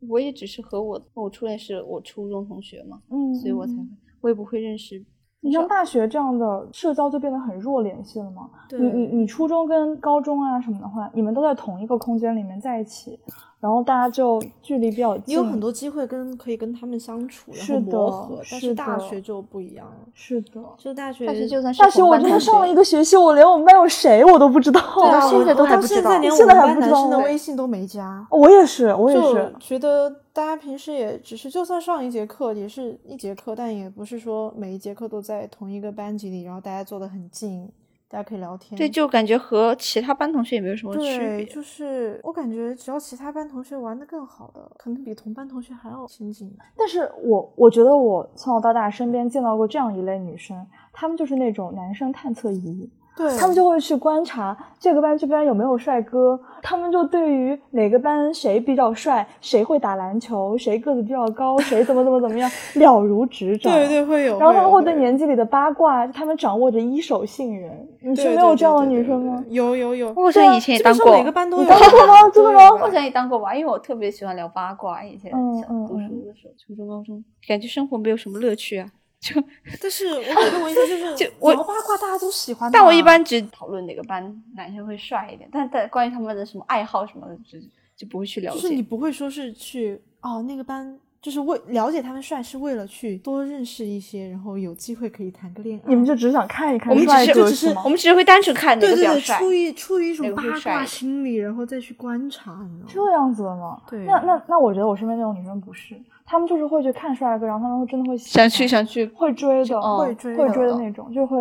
我也只是和我我初恋是我初中同学嘛，嗯，所以我才嗯会嗯我也不会认识。你像大学这样的社交就变得很弱联系了嘛。对你你你初中跟高中啊什么的话，你们都在同一个空间里面在一起，然后大家就距离比较近，你有很多机会跟可以跟他们相处，然是后的磨合，是但是大的学就不一样了。是的。就大学，但是就算是大学同我班真的同上了学一个学期，我连我们班有谁我都不知道。对啊，到现我在都我还到不知现在道连我现们在还班不知男道生的对微信都没加。我也是，我也是就。觉得大家平时也只是，就算上一节课也是一节课，但也不是说每一节课都在同一个班级里，然后大家坐得很近，大家可以聊天。对，就感觉和其他班同学也没有什么区别。对，就是我感觉只要其他班同学玩的更好的，可能比同班同学还要亲近。但是我我觉得我从小到大身边见到过这样一类女生，她们就是那种男生探测仪，对，她们就会去观察这个班这班有没有帅哥，她们就对于哪个班谁比较帅，谁会打篮球，谁个子比较高，谁怎么怎么怎么样，了如指 掌。对对会有。然后她们会有对有年级里的八卦，她们掌握着一手信任。你身对边有对这样对的对女对生对吗？有有有，我好像对啊以前也基本当上过每个班都你有当吧。过 吗真的对吗我好吧像也当过吧，因为我特别喜欢聊八卦。以前嗯小读嗯嗯书的时候，初中、高中，感觉生活没有什么乐趣啊。就但是我觉得我应该就是就我毛八卦大家都喜欢的啊，但我一般只讨论哪个班男生会帅一点，但但关于他们的什么爱好什么的，就就不会去了就是你解。不会说是去哦那个班，就是为了解他们帅，是为了去多认识一些，然后有机会可以谈个恋爱。你们就只想看一看我们帅只哥是是吗我？们只是会单纯看哪对个比对较对，帅。出于出于一种哪个八会帅卦一点心理，然后再去观察，你知道吗？这样子的吗？对那那那我觉得我身边那种女生不是，她们就是会去看帅哥，然后她们会真的会喜想欢去想去，会追的，哦会追会的追的那种，就会。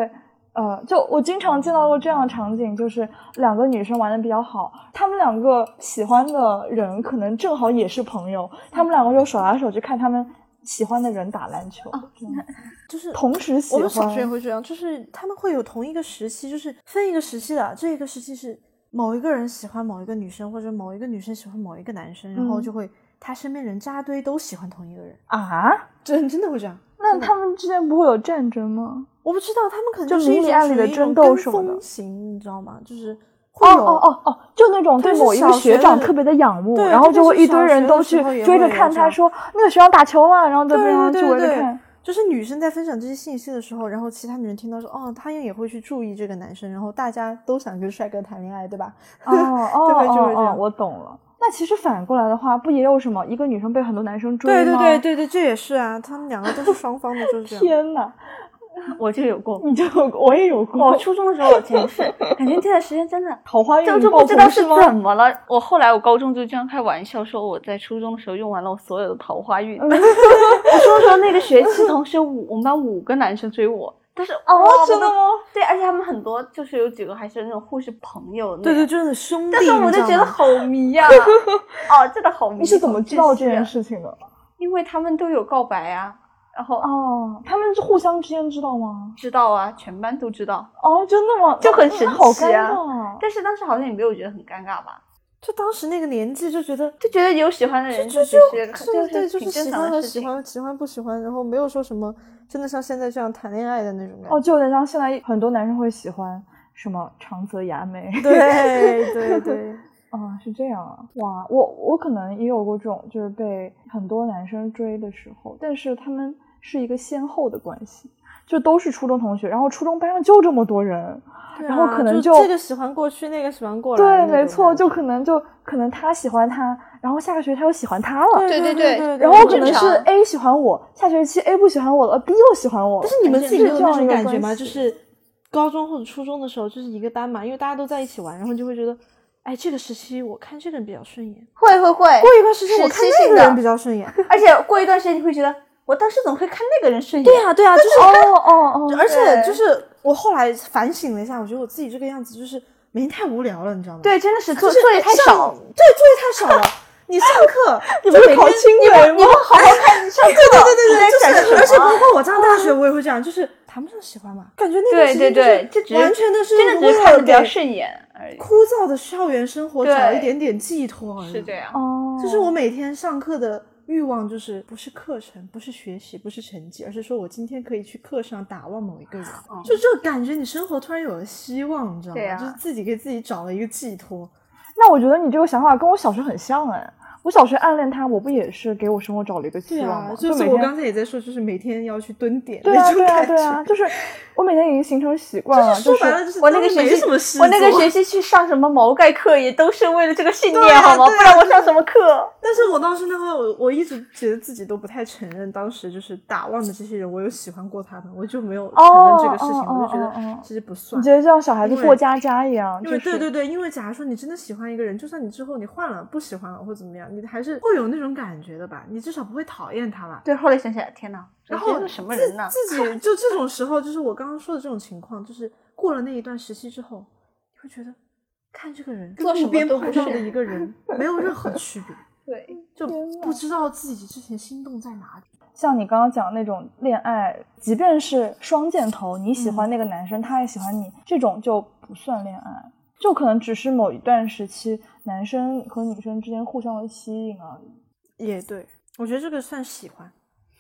呃，就我经常见到过这样的场景，就是两个女生玩的比较好，她们两个喜欢的人可能正好也是朋友，她们两个就手拉手去看她们喜欢的人打篮球，哦真的就是同时喜我们欢。小学也会这样，就是他们会有同一个时期，就是分一个时期的，这一个时期是某一个人喜欢某一个女生，或者某一个女生喜欢某一个男生，然后嗯就会他身边人扎堆都喜欢同一个人， 啊，真真的会这样。那他们之间不会有战争吗？我不知道他们可能就是明一里种暗里属的于一争种斗跟什么的风型，你知道吗？就是会哦有哦哦哦，就那种对特别是某一个小学学长的特别的仰慕，对然后特别就会是一堆小人学都的时去候也追会着有看这他样说那个学长打球啊，然后怎么样对就围对着 对看。就是女生在分享这些信息的时候，然后其他女人听到说，哦，她也会去注意这个男生，然后大家都想跟帅哥谈恋爱，对吧？哦哦对吧？就哦会这哦，样。我懂了。那其实反过来的话，不也有什么一个女生被很多男生追对对吗？对对对，这也是啊，他们两个都是双方的，就是这样。天哪， 我就有过。你就有过我也有过， 我哦初中的时候有前 世，感觉这段时间真 的桃花运就就爆不知道棚是吗？怎么了。我后来我高中就这样开玩笑说，我在初中的时候用完了我所有的桃花运。 我初中时候那个学期同时有五，我们班五个男生追我，但是哦，真的吗？对，而且他们很多就是有几个还是那种互是朋友的那对对，样。就是很兄弟，但是我你就知道觉得吗好迷呀、啊！哦，真的好迷。你是怎么知道这件件？事情啊的？因为他们都有告白啊，然后哦，他们是互相之间知道吗？知道啊，全班都知道。哦，真的吗？就那很那神好奇尴啊尬啊！但是当时好像也没有觉得很尴尬吧，就当时那个年纪就觉得。就觉得有喜欢的人就只就是是对，就挺是正喜常欢的和事喜情。欢，喜欢不喜欢，然后没有说什么真的像现在这样谈恋爱的那种感哦，觉。就有点像现在很多男生会喜欢什么长泽雅美。对对对，啊，是这样啊！哇，我我可能也有过这种，就是被很多男生追的时候，但是他们是一个先后的关系，就都是初中同学，然后初中班上就这么多人，对然后啊可能就就这个喜欢过去，那个喜欢过来对，那种感觉。没错，就可能就可能他喜欢他，然后下个学期他又喜欢他了，对对对对对，然后可正能是常 A 喜欢我，下学期 A 不喜欢我了，B 又喜欢我了，但是你们自己是没有这那样一个种感觉关吗？系就是高中或者初中的时候，就是一个班嘛，因为大家都在一起玩，然后你就会觉得，哎，这个时期我看这个人比较顺眼，会会会，过一段时间我时看期那性个人的比较顺 眼。而且过一段时间你会觉得，我当时怎么会看那个人顺眼？对啊呀、对呀、就是哦哦哦，而且对就是我后来反省了一下，我觉得我自己这个样子就是每天太无聊了，你知道吗？对，真的是就作是上，作业太少， 对，作业太少 了。你上课，你不是每考天清你北你不好好看，你上 课，对对对在对展对，就是，示而且什么嗯包括我上大学，我也会这样，就是谈不上喜欢嘛，感觉那段对时对间就对，这是只完全的是真的为只是看了着比较给顺眼而已，枯燥的校园生活找一对点点寄托而已。是这。样。哦，就是我每天上课的欲望，就是不是课程，不是学习，不是成绩，而是说我今天可以去课上打望某一个人，嗯就这个感觉，你生活突然有了希望，你知道吗？对啊就是自己给自己找了一个寄托。那我觉得你这个想法跟我小学很像哎，我小学暗恋他，我不也是给我生活找了一个希啊望吗？啊就是每我天刚才也在说，就是每天要去蹲点对啊那种对啊感觉。对啊，就是我每天已经形成习惯了，就说白是了就是我那个当学没期什么事，我那个学，期去上什么毛概课，也都是为了这个信对啊念，好吗？对啊啊不然我上什么课？但是我当时那会儿，我我一直觉得自己都不太承认，当时就是打望的这些人，我有喜欢过他们，我就没有承认这个事情，哦我就觉哦哦哦得其实不算。你觉得像小孩子因为过家家一样，因就为是对对对，因为假如说你真的喜欢一个人，就算你之后你换了不喜欢了或怎么样，你还是会有那种感觉的吧？你至少不会讨厌他吧？对，后来想想，天哪，然后这是什么人呢？自己就这种时候，就是我刚刚说的这种情况，就是过了那一段时期之后，你会觉得看这个人做跟什路么边都碰不到是的一个人没有任何区别，对，就天不知道自己之前心动在哪里。像你刚刚讲的那种恋爱，即便是双箭头，你喜嗯欢那个男生，他也喜欢你，这种就不算恋爱，就可能只是某一段时期男生和女生之间互相的吸引而已，也对，我觉得这个算喜欢，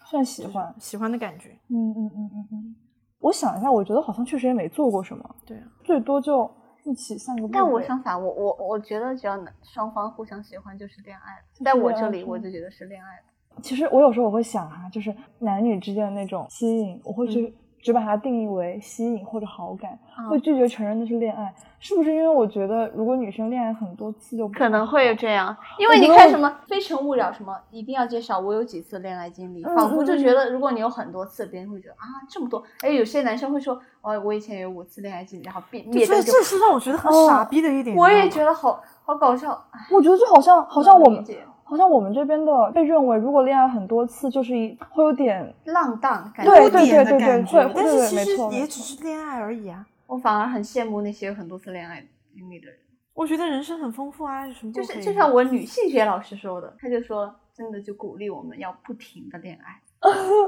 算喜欢。喜欢的感觉。嗯嗯嗯嗯嗯，我想一下，我觉得好像确实也没做过什么，对啊，最多就一起散个步。但我相反，我我我觉得只要男双方互相喜欢就是恋爱了，是啊在我恋这爱里是我吗就觉得是恋爱了。其实我有时候我会想哈、就是男女之间的那种吸引，我会去、嗯只把它定义为吸引或者好感，会拒绝承认那是恋爱，是不是？因为我觉得如果女生恋爱很多次就不可能好会有这样，因为你看什么《非诚勿扰》什么，一定要介绍我有几次恋爱经历，嗯仿佛就觉得如果你有很多次，别人会觉得啊这么多。哎，有些男生会说，哦，我以前有五次恋爱经历，然后别对，哦灭所灯以就这是让我觉得很傻逼的一点。我也你知道觉吗得好好搞笑，我觉得就好像好像我能们理解好像我们这边的被认为，如果恋爱很多次，就是一会有点浪荡感觉。对有对点的对对感对觉会但对是对其没实错也没只是恋爱而已啊。我反而很羡慕那些有很多次恋爱经历的人，我觉得人生很丰富啊，有什么就不是可以就像我女性学老师说的，她就说真的就鼓励我们要不停的恋爱，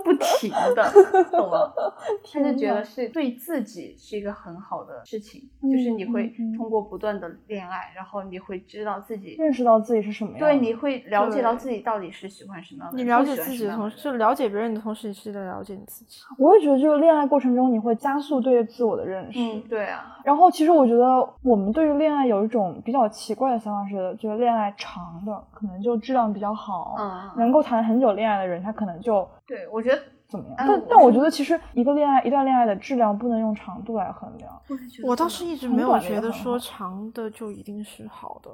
不停的，懂吗？他就觉得是对自己是一个很好的事情，就是你会嗯嗯通过不断的恋爱，然后你会知道自己，认识到自己是什么样的。对，你会了解到对自己到底是喜欢什么样的你人，了不解喜欢自什己么的啊样同的嗯时，人就了解别人的同时，也是在了解你自己。我也觉得，就是恋爱过程中，你会加速对自我的认识。嗯，对啊，然后，其实我觉得我们对于恋爱有一种比较奇怪的想法是，觉得恋爱长的可能就质量比较好，嗯，嗯能够谈很久恋爱的人，他可能就对，我觉得怎么样。哎但我但我是觉得，其实一个恋爱一段恋爱的质量不能用长度来衡量。我是觉得我倒真是的一直很没有短的也觉得很说好长的就一定是好的，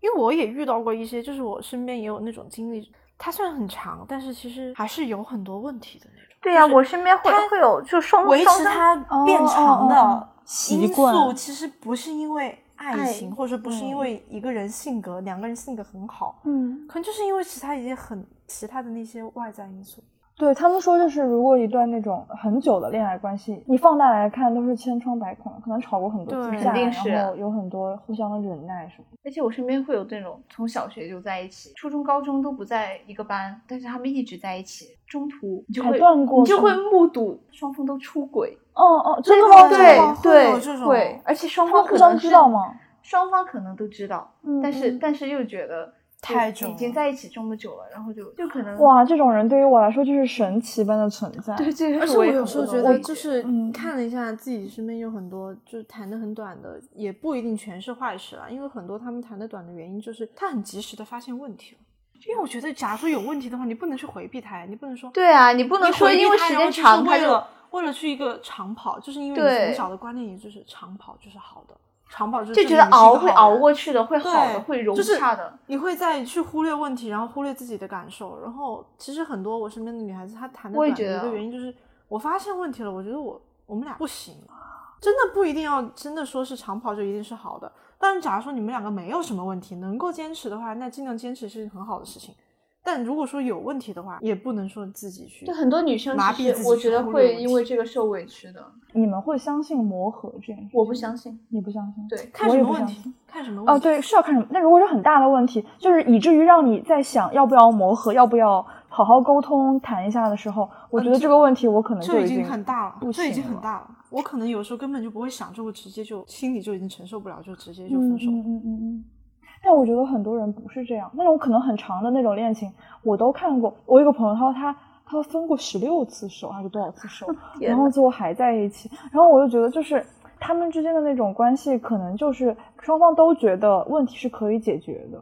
因为我也遇到过一些，就是我身边也有那种经历，它虽然很长，但是其实还是有很多问题的那种。对呀、啊我身边会他会有就双啊维双持方它变哦长哦的哦因习惯素，其实不是因为爱爱情，或者说不是因嗯为一个人性格，两个人性格很好，嗯，可能就是因为其他一些很其他的那些外在因素。对他们说，就是如果一段那种很久的恋爱关系，你放大来看，都是千疮百孔，可能吵过很多次对架，肯定是然后有很多互相的忍耐什么的。而且我身边会有那种从小学就在一起，初中、高中都不在一个班，但是他们一直在一起，中途你就还会断过你就什会么目睹双方都出轨，哦哦，真的吗？对对会有这对种会，而且双他方们可互能相知是道吗？双方可能都知道，嗯但是嗯但是又觉得就太重已经了在一起这么久了，然后就就可能哇，这种人对于我来说就是神奇般的存在。对，这个而是且我也有很时候不觉能得，理就解是嗯看了一下自己身边有很多就是谈的很短的，也不一定全是坏事啦，因为很多他们谈的短的原因就是他很及时的发现问题了。因为我觉得，假如说有问题的话，你不能去回避它呀，你不能说对啊，你不能说因为时间长为他就了为了去一个长跑，就是因为你对从小的观念也就是长跑就是好的，长跑就就就觉得熬会熬过去的，会好对的，会融就是洽的。你会再去忽略问题，然后忽略自己的感受，然后其实很多我身边的女孩子，她谈的我也短觉的一得个原因就是我发现问题了，我觉得我我们俩不行，真的不一定要真的说是长跑就一定是好的，但是假如说你们两个没有什么问题，能够坚持的话，那尽量坚持是很好的事情。但如果说有问题的话，也不能说自己去对很多女生麻其痹自实己我去觉得忽略会问因题为这个受委屈的，你们会相信磨合这件事？我不，相信。你不相信？对，看我什也么不问相题信，看什么问哦，题。对，是要看什么？那如果是很大的问题，就是以至于让你在想要不要磨合，要不要好好沟通谈一下的时候，我嗯觉得这这个问题我可能就这已经很大了不，这已经行很了大了。我可能有时候根本就不会想这个，直接就心里就已经承受不了，就直接就分手。嗯嗯嗯嗯嗯。但我觉得很多人不是这样，那种可能很长的那种恋情，我都看过。我有一个朋友，他说他他分过十六次手还是多少次手，天然后最后还在一起。然后我就觉得，就是他们之间的那种关系，可能就是双方都觉得问题是可以解决的，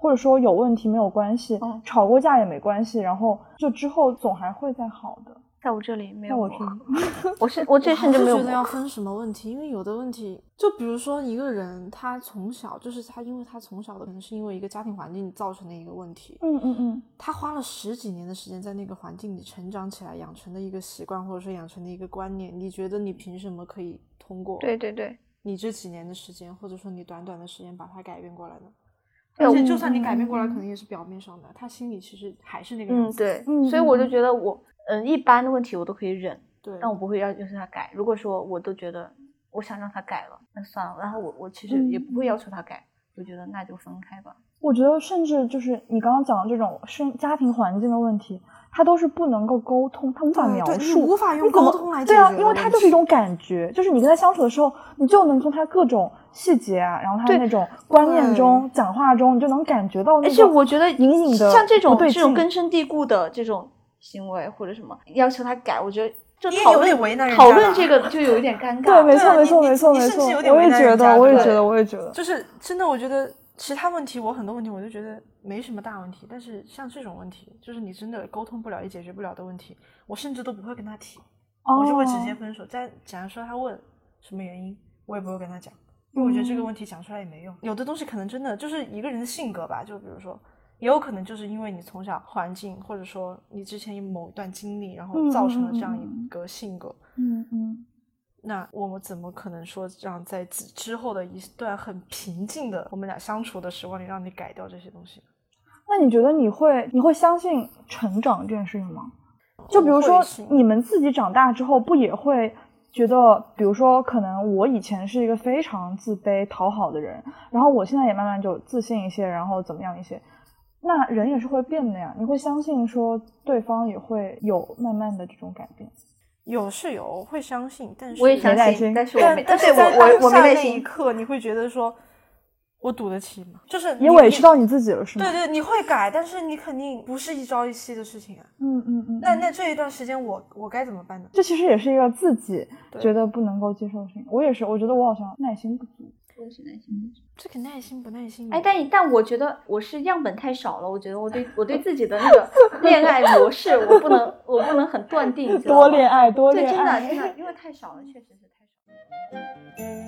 或者说有问题没有关系，哦吵过架也没关系，然后就之后总还会再好的。在我这里没那有我磨觉合，得。 我是我这还甚至是没有觉得磨要合分什么问题，因为有的问题，就比如说一个人他从小就是他，因为他从小的可能是因为一个家庭环境造成的一个问题，嗯嗯嗯，他花了十几年的时间在那个环境里成长起来，养成的一个习惯或者说养成的一个观念，你觉得你凭什么可以通过对对对，你这几年的时间，或者说你短短的时间把它改变过来呢？对而且我就算你改变过来，嗯可能也是表面上的，他心里其实还是那个样嗯子。对，嗯所以我嗯就嗯觉得我嗯一般的问题我都可以忍，对，但我不会要求他改。如果说我都觉得我想让他改了，那算了。然后我我其实也不会嗯要求他改，我觉得那就分开吧。我觉得，甚至就是你刚刚讲的这种生家庭环境的问题，它都是不能够沟通，它无法对描对你述，无法用你怎么沟通来对啊解，决因为它问就是一题种感觉，就是你跟他相处的时候，你就能从他各种细节啊，然后他的对那种观念对中、讲话中，你就能感觉到那而种。且我觉得隐隐的像这种不对这种劲根深蒂固的这种行为或者什么要求他改，我觉得就你也讨有论点为难人讨家论了这个就有一点尴尬。对，没 对啊错，没你错，你没错，你没甚至错，有点我为也难觉人得，家我也对觉得，我也觉得，就是真的，我觉得其他问题我很多问题我就觉得没什么大问题，但是像这种问题，就是你真的沟通不了也解决不了的问题，我甚至都不会跟他提，我就会直哦接分手。但假如说他问什么原因，我也不会跟他讲，因为我觉得嗯这个问题讲出来也没用。有的东西可能真的就是一个人的性格吧，就比如说，也有可能就是因为你从小环境或者说你之前某一段经历，然后造成了这样一个性格。嗯嗯，那我们怎么可能说让在之之后的一段很平静的我们俩相处的时光里，让你改掉这些东西？那你觉得你会你会相信成长这件事情吗？就比如我说会信你们自己长大之后，不也会觉得，比如说可能我以前是一个非常自卑讨好的人，然后我现在也慢慢就自信一些，然后怎么样一些。那人也是会变的呀，你会相信说对方也会有慢慢的这种改变。有是有，会相信，但是我也相耐信，心但是我没，但但对是在我我我没当下耐那一心。刻，你会觉得说，我赌得起吗？就是也委屈到你自己了，是吗？对对，你会改，但是你肯定不是一朝一夕的事情啊。嗯嗯嗯。那那这一段时间我，我该怎么办呢？这其实也是一个自己对觉得不能够接受的事情。我也是，我觉得我好像耐心不足。我也是耐心。这个耐心不耐心？哎，但但我觉得我是样本太少了，我觉得我对我对自己的那个恋爱模式，我不能我不能很断定，你知道吗多恋爱，多对，恋真爱。的真的，因为太少了，确实是太少了。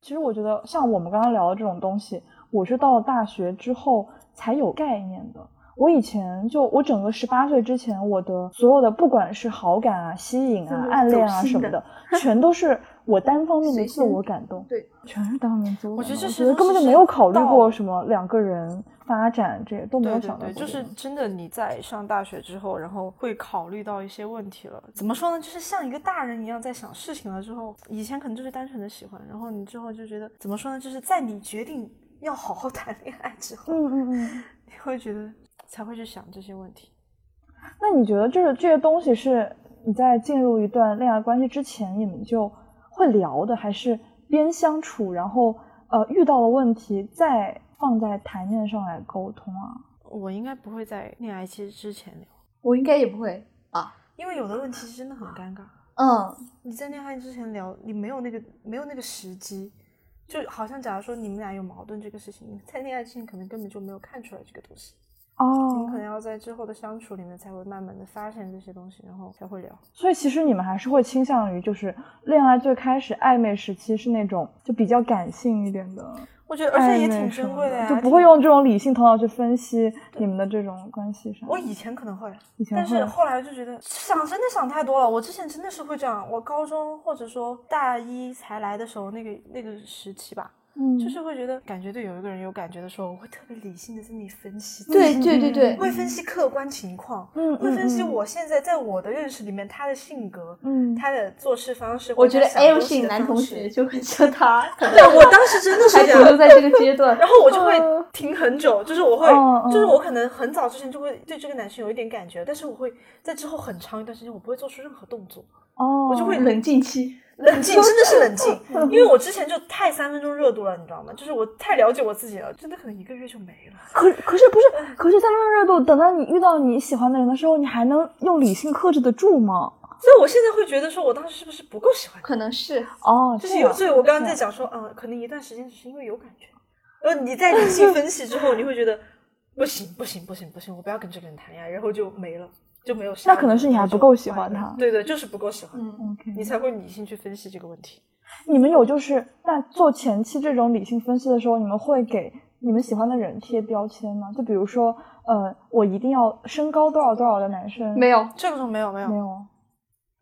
其实我觉得，像我们刚刚聊的这种东西，我是到了大学之后才有概念的。我以前就我整个十八岁之前，我的所有的不管是好感啊、吸引就是啊、暗恋啊走心什么的，全都是我单方面的自我感动，随心全是单方面自我感动。我觉得这我是觉得根本就没有考虑到过什么两个人发展这些都没对有对想到对，过这就个是东西真的你在上大学之后，然后会考虑到一些问题了。怎么说呢？就是像一个大人一样在想事情了之后，以前可能就是单纯的喜欢，然后你之后就觉得怎么说呢？就是在你决定要好好谈恋爱之后，嗯嗯嗯。你会觉得才会去想这些问题。那你觉得就是这些东西是你在进入一段恋爱关系之前你们就会聊的，还是边相处然后呃遇到了问题再放在台面上来沟通啊？我应该不会在恋爱期之前聊，我应该也不会，因为有的问题是真的很尴尬。嗯，你在恋爱之前聊，你没有那个没有那个时机，就好像假如说你们俩有矛盾这个事情，你在恋爱之前可能根本就没有看出来这个东西，你们哦可，能要在之后的相处里面才会慢慢的发现这些东西，然后才会聊。所以其实你们还是会倾向于就是恋爱最开始暧昧时期是那种就比较感性一点的，我觉得而且也暧挺昧什珍么贵的呀，就不挺会。用这种理性头脑去分析你们的这种关系上。我以前可能会，以前但会是后来就觉得想真的想太多了。我之前真的是会这样，我高中或者说大一才来的时候，那个那个时期吧，嗯，就是会觉得感觉对有一个人有感觉的时候，我会特别理性的跟你分析，对对对对，会分析客观情况，嗯会分析嗯嗯我现在在我的认识里面他的性格、嗯，他的做事方式。我觉得或者他想 L 东西型的男方同式学，就很像他，可能对我当时真的 是还这停留样。在这个阶 段。然后我就会嗯停很久，就是我会嗯，嗯就是我可能很早之前就会对这个男生有一点感觉，但是我会在之后很长一段时间我不会做出任何动作，哦，嗯我就会冷静期，冷静，真 的是冷静，因为我之前就太三分钟热度了，你知道吗？就是我太了解我自己了，真的可能一个月就没了。可可是不是？可是三分钟热度，等到你遇到你喜欢的人的时候，你还能用理性克制得住吗？所以我现在会觉得说，我当时是不是不够喜欢他？可能是哦，就这是有，样所以我刚刚在讲说，嗯，可能一段时间只是因为有感觉，呃，你在理 性分析之后，你会觉得不行，不行，不行，不行，我不要跟这个人谈恋爱，然后就没了，就没有下文了。那可能是你还然后就不够喜欢换一个人他对对，就是不够喜欢，嗯， OK，你才会理性去分析这个问题。你们有就是那做前期这种理性分析的时候，你们会给你们喜欢的人贴标签吗？就比如说，呃，我一定要身高多少多少的男生，没有，这个时候没有没有没，有，啊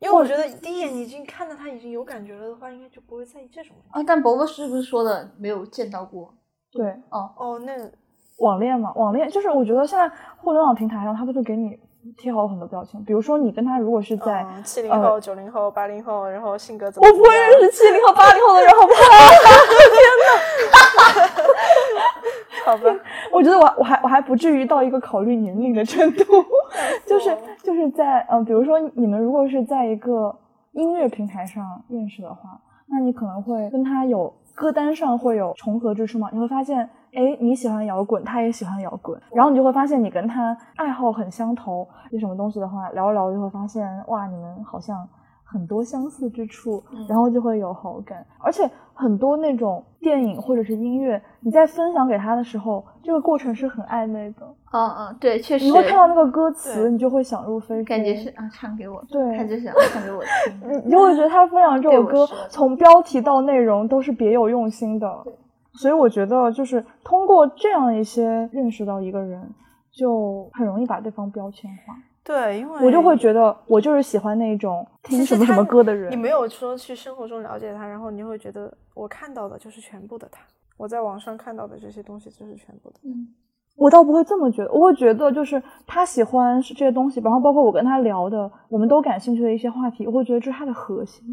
因为我觉得第一眼你已经看到他已经有感觉了的话，应该就不会在意这种问题。啊，但伯伯是不是说的没有见到过？对，哦，那网恋嘛，网恋就是我觉得现在互联网平台上，他都是给你贴好了很多标签，比如说你跟他如果是在。七零呃后、九零后、八零后，然后性格怎么？我不会认识七零后、八零后的人，好不好？好吧？我觉得我我还我还不至于到一个考虑年龄的程度， 哦就是就是在嗯、呃比如说你们如果是在一个音乐平台上认识的话，那你可能会跟他有歌单上会有重合之处嘛，你会发现，哎，你喜欢摇滚，他也喜欢摇滚，然后你就会发现你跟他爱好很相投，有什么东西的话聊一聊，就会发现哇，你们好像很多相似之处，然后就会有好感。而且很多那种电影或者是音乐，你在分享给他的时候，这个过程是很暧昧的，嗯嗯，对，确实你会看到那个歌词，对你就会想入非非，感觉是啊，唱给我，对他就想唱给我听， 你你就会觉得他分享这首对我歌是的从标题到内容都是别有用心的，所以我觉得就是通过这样一些认识到一个人，就很容易把对方标签化。对，因为我就会觉得我就是喜欢那种听其什实么什他么歌的人。你没有说去生活中了解他，然后你会觉得我看到的就是全部的他，我在网上看到的这些东西就是全部的。我倒不会这么觉得，我会觉得就是他喜欢是这些东西，然后包括我跟他聊的，我们都感兴趣的一些话题，我会觉得这是他的核心。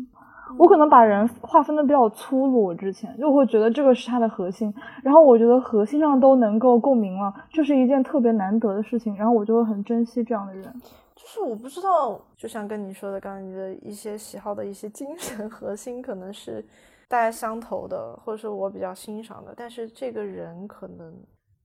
我可能把人划分的比较粗鲁，我之前就会觉得这个是他的核心，然后我觉得核心上都能够共鸣了，这是一件特别难得的事情，然后我就会很珍惜这样的人。就是我不知道，就像跟你说的，刚刚你的一些喜好的一些精神核心，可能是大家相投的，或者说我比较欣赏的，但是这个人可能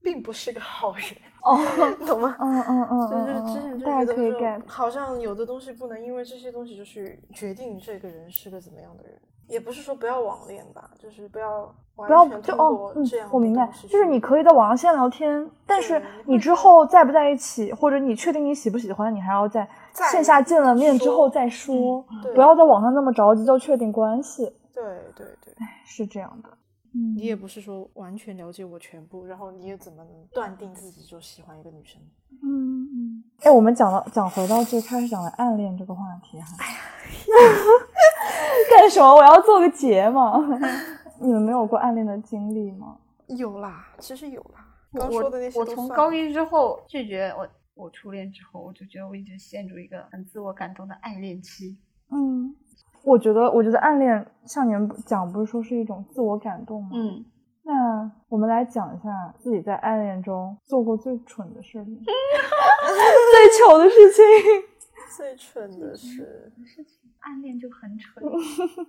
并不是个好人，哦，懂吗？嗯嗯嗯就嗯是之嗯前嗯，就大觉家得可以说 get。好像有的东西不能因为这些东西就是决定这个人是个怎么样的人，也不是说不要网恋吧，就是不要完不要全就通哦过，嗯这样，我的明白东西，就是去你可以在网上先聊天，但是对你之后在不在一起，或者你确定你喜不喜欢，你还要在再线下见了面之后说嗯再说，嗯对不要在网上那么着急就确定关系，对对对，是这样的。嗯你也不是说完全了解我全部，然后你也怎么能断定自己就喜欢一个女生？嗯嗯。哎，我们讲到讲回到最开始讲的暗恋这个话题哈，哎 干什么？我要做个结嘛。 你们没有过暗恋的经历吗？有啦，其实有啦。我刚说的那些我都从算高一之后拒绝我我初恋之后，我就觉得我一直陷入一个很自我感动的暗恋期。嗯，我觉得，我觉得暗恋像你们讲，不是说是一种自我感动吗？嗯，那我们来讲一下自己在暗恋中做过最蠢的事 情，最糗的事情。最蠢嗯的是，嗯事情暗恋就很蠢，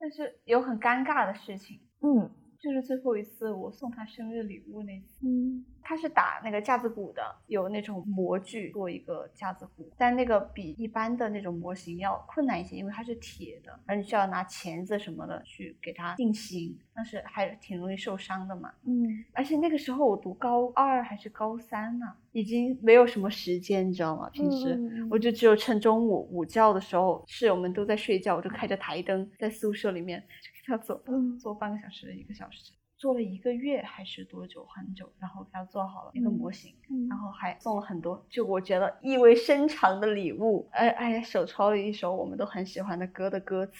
但是有很尴尬的事情，嗯就是最后一次我送他生日礼物那次。嗯他是打那个架子鼓的，有那种模具做一个架子鼓，但那个比一般的那种模型要困难一些，因为它是铁的，然后你需要拿钳子什么的去给它定型，但是还挺容易受伤的嘛。嗯，而且那个时候我读高二还是高三呢、已经没有什么时间，你知道吗？平时、嗯嗯嗯我就只有趁中午午觉的时候，室友们都在睡觉，我就开着台灯在宿舍里面就给他做，嗯做半个小时、一个小时，做了一个月还是多久，很久，然后给他做好了一个模型，嗯然后还送了很多，就我觉得意味深长的礼物，哎哎，手抄了一首我们都很喜欢的歌的歌词。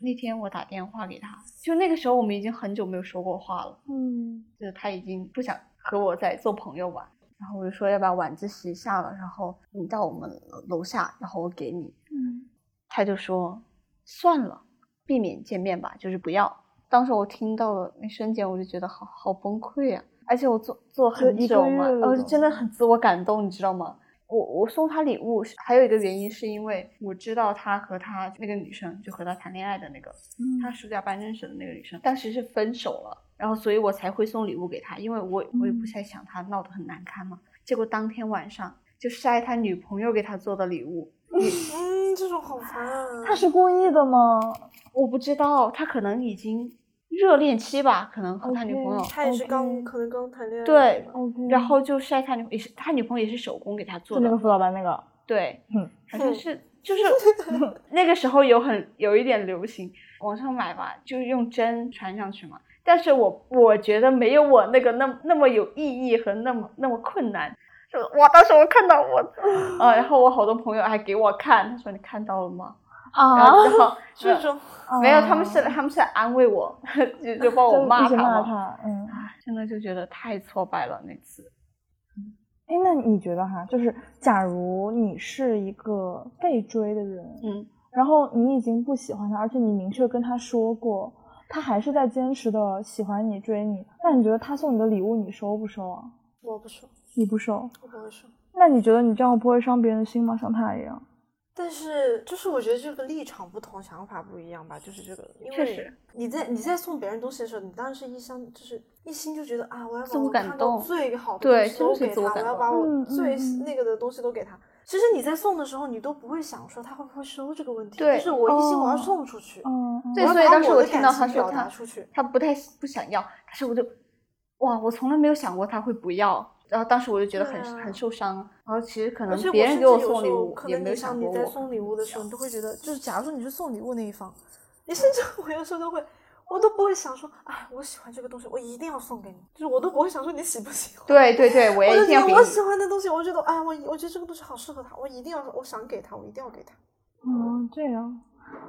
那天我打电话给他，就那个时候我们已经很久没有说过话了。嗯就是他已经不想和我再做朋友玩。然后我就说要不要晚自习下了，然后你到我们楼下，然后我给你。嗯他就说算了，避免见面吧，就是不要。当时我听到了那瞬间，我就觉得好好崩溃啊！而且我做做很一个久嘛，月了呃，真的很自我感动，你知道吗？我我送他礼物是还有一个原因，是因为我知道他和他那个女生，就和他谈恋爱的那个，嗯他暑假班认识的那个女生，当时是分手了，然后所以我才会送礼物给他，因为我我也不嗯太想他闹得很难堪嘛。结果当天晚上就晒他女朋友给他做的礼物，嗯，这种好烦啊。 他是故意的吗？我不知道他可能已经热恋期吧，可能和他女朋友 OK 嗯他也是刚 OK 可能刚谈恋爱。对， OK。然后就晒他女也是他女朋友也是手工给他就做那个的，辅导班那个，对，嗯好像是就是 那个时候有很有一点流行，网上买吧，就用针穿上去嘛。但是我我觉得没有我那个那么那么有意义和那么那么困难。就哇，当时我看到我，啊，然后我好多朋友还给我看，他说你看到了吗？啊然后然 后呃这种没有，他们是他们是来安慰我， 就就帮我啊就骂一直他骂嘛。他，嗯。啊真的就觉得太挫败了那次。哎，那你觉得哈，就是假如你是一个被追的人，嗯，然后你已经不喜欢他，而且你明确跟他说过，他还是在坚持的喜欢你、追你，那你觉得他送你的礼物你收不收啊？我不说，你不收，我不会说。那你觉得你这样不会伤别人的心吗？像他一样？但是就是我觉得这个立场不同，想法不一样吧，就是这个，因确为实你在你在送别人东西的时候，你当然是一厢就是一心就觉得啊，我要自把我我感看到动最好的对东真是西都给自他，我我感要动把我嗯嗯最嗯那个的东西都给他。其实你在送的时候，你都不会想说他会不会收这个问题，对就是我一心我要哦送出去，嗯，嗯对我要所以把当时我我的听感到情他说表达他出去，他不太不想要，但是我就哇，我从来没有想过他会不要。然后当时我就觉得很、对啊很受伤，然后其实可而且能别甚人至给我有送时礼候物可也能没你有像想你过在我。送礼物的时候，你都会觉得，就是假如说你是送礼物那一方，你甚至我有时候都会，我都不会想说，哎，我喜欢这个东西，我一定要送给你，就是我都不会想说你喜不喜欢。对对对，我我也就一定觉要得给我你。喜欢的东西，我觉得，哎，我我觉得这个东西好适合他，我一定要，我想给他，我一定要给他。哦，这样。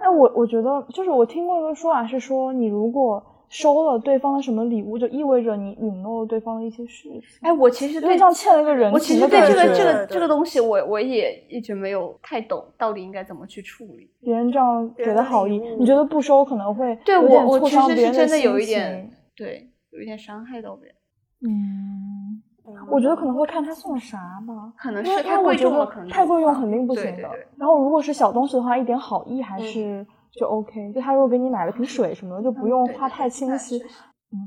哎，我我觉得就是我听过一个说法是说，你如果收了对方的什么礼物，就意味着你允诺了对方的一些事情。哎，我其实有点对像欠了一个人我其情实的对感这觉。个这对个对这个东西我，我也一直没有太懂，到底应该怎么去处理。别人这样别给人的的好礼意物，你觉得不收可能会对有我点我挫其伤实别是人真的有一心点对，有一点伤害到别人，情。嗯，我觉得可能会看他送啥吧。可能因为是因太为我贵觉重得了，可能太贵重肯定不对行对的对。嗯然后如果是小东西的话，一点好意还是就 OK。就他如果给你买了瓶水什么的，就不用画太清晰。。嗯嗯，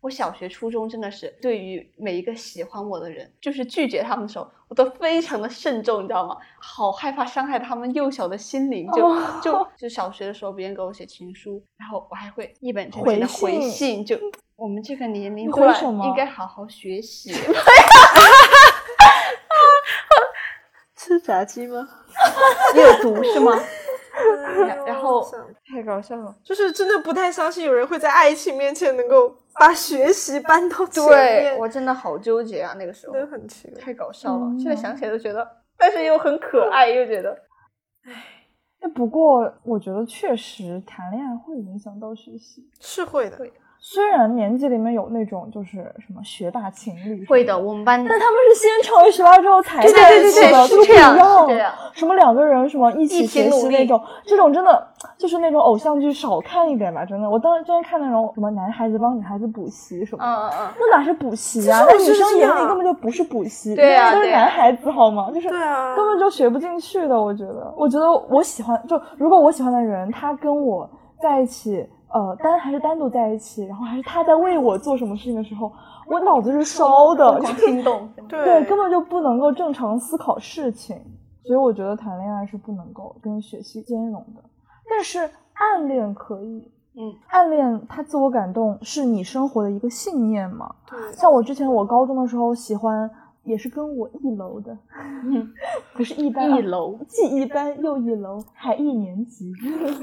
我小学、初中真的是对于每一个喜欢我的人，就是拒绝他们的时候，我都非常的慎重，你知道吗？好害怕伤害他们幼小的心灵。就、哦 就就小学的时候，别人给我写情书，然后我还会一本正经的回回信信，就我们这个年龄你回段什么应该好好学 习。吃炸鸡吗？ 你有毒是吗？哎然然后太搞笑了。就是真的不太相信有人会在爱情面前能够把学习搬到前对面，我真的好纠结啊，那个时候真的很奇怪。太搞笑了。嗯现在想起来都觉得，但是又很可爱，又觉得哎，不过我觉得确实谈恋爱会影响到学习。是会的，虽然年级里面有那种就是什么学霸情侣，会的。，我们班但他们是先成为学霸之后才在一起的，是个不这一样，样。是这样。什么两个人什么一一起起学习努力那种，这种真的就是那种偶像剧少看一点吧，真的。我当时真看那种什么男孩子帮女孩子补习什么的，嗯嗯那哪是补习啊？其那实我女觉得生是这眼样里根本就不是补习，对啊因为都是对啊男孩子好吗？就是对啊根本就学不进去的。我觉得，我觉得我喜欢，就如果我喜欢的人他跟我在一起，呃，单还是单独在一起，然后还是他在为我做什么事情的时候，我脑子是烧的，嗯，心 动。对对，根本就不能够正常思考事情，所以我觉得谈恋爱是不能够跟学习兼容的。但是暗恋可以，嗯，暗恋它自我感动是你生活的一个信念嘛。对像我之前我高中的时候喜欢，也是跟我一楼的，嗯， 不是一班、啊，一楼，既一班又一楼，还一年级。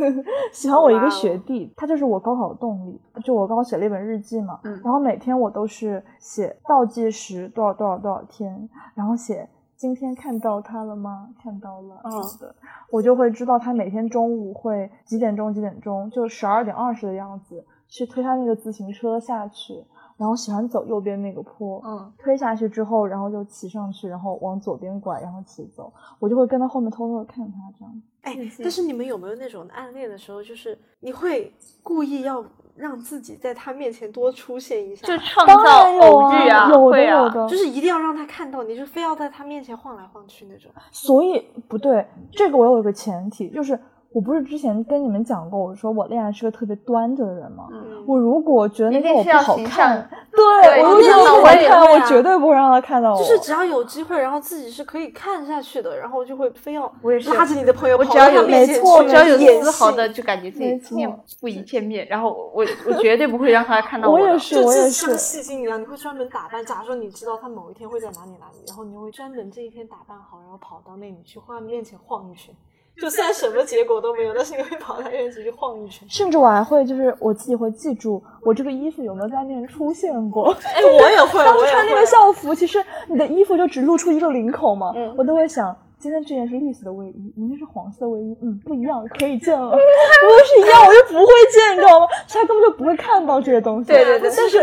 喜欢我哦一个学弟，他就是我高考的动力。就我高考写了一本日记嘛，嗯然后每天我都是写倒计时多少多少多少天，然后写今天看到他了吗？看到了，嗯好的，我就会知道他每天中午会几点钟几点钟，就十二点二十的样子去推他那个自行车下去。然后喜欢走右边那个坡，嗯，推下去之后，然后就骑上去，然后往左边拐，然后骑走。我就会跟他后面偷偷的看他这样。哎日，记但是你们有没有那种暗恋的时候，就是你会故意要让自己在他面前多出现一下，就创当造然有偶啊，遇啊，有的会有啊。的。就是一定要让他看到你，就非要在他面前晃来晃去那种。所以不对，这个我有一个前提，就是我不是之前跟你们讲过，我说我恋爱是个特别端着的人吗？嗯，我如果觉得那一天定我是不要好形看象，对对我如果这觉得我不好看，样的我也会我啊绝对不会让他看到我。就是只要有机会，然后自己是可以看下去的，然后就会非要我也是拉着你的朋友我跑只要到他有面没前错去只要有演丝毫戏的，就感觉自己没今天错不宜见面，然后我我绝对不会让他看到我的也 是，就我这也像是。戏精一样，你会专门打扮。假如说你知道他某一天会在哪里哪里，然后你会专门这一天打扮好，然后跑到那里去，晃面前晃一圈。就虽然什么结果都没有，但是你会跑到他面前去晃一圈。甚至我还会，就是我自己会记住我这个衣服有没有在面前出现过。哎，我也 会， 啊当时穿那个校服，其实你的衣服就只露出一个领口嘛，嗯我都会想。今天这件是绿色的卫衣，明天是黄色的卫衣，嗯，不一样，可以 见了。如果是一样，我就不会见，你知道吗？所以他根本就不会看到这些东西。对对对但是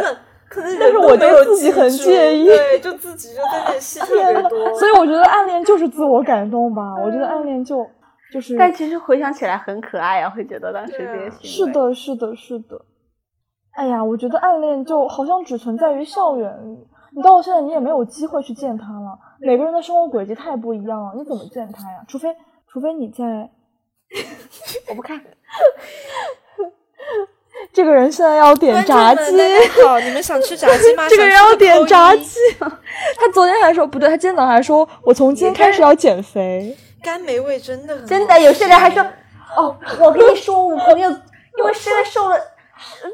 可能但是人都我没就有自己记很住介意对，就自己就在那里戏特天别呐多。 所以我觉得暗恋就是自我感动吧。我觉得暗恋就就是但其实回想起来很可爱啊，会觉得当时这些是行为，的，是的，是的。哎呀，我觉得暗恋就好像只存在于校园里，你到现在你也没有机会去见他了。每个人的生活轨迹太不一样了，你怎么见他呀？除非除非你在我不看。这个人现在要点炸鸡，好，你们想吃炸鸡吗？ 这个人想吃要就点扣炸一鸡。 他昨天还说不对，他今天早上还说我从今天开始要减肥。甘梅味真的很真好的有些人还吃说， 哦，我跟你说，我朋友 因为现在瘦了，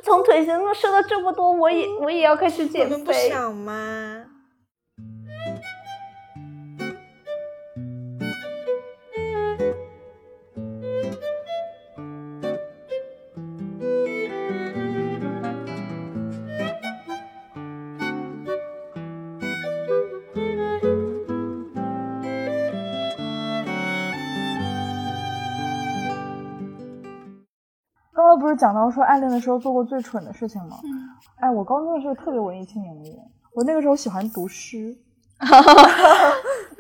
从腿型上瘦了这么多，我也我也要开始你减们不肥。想吗？刚刚不是讲到说暗恋的时候做过最蠢的事情吗？哎，我高中的时候特别文艺青年的人，我那个时候喜欢读诗。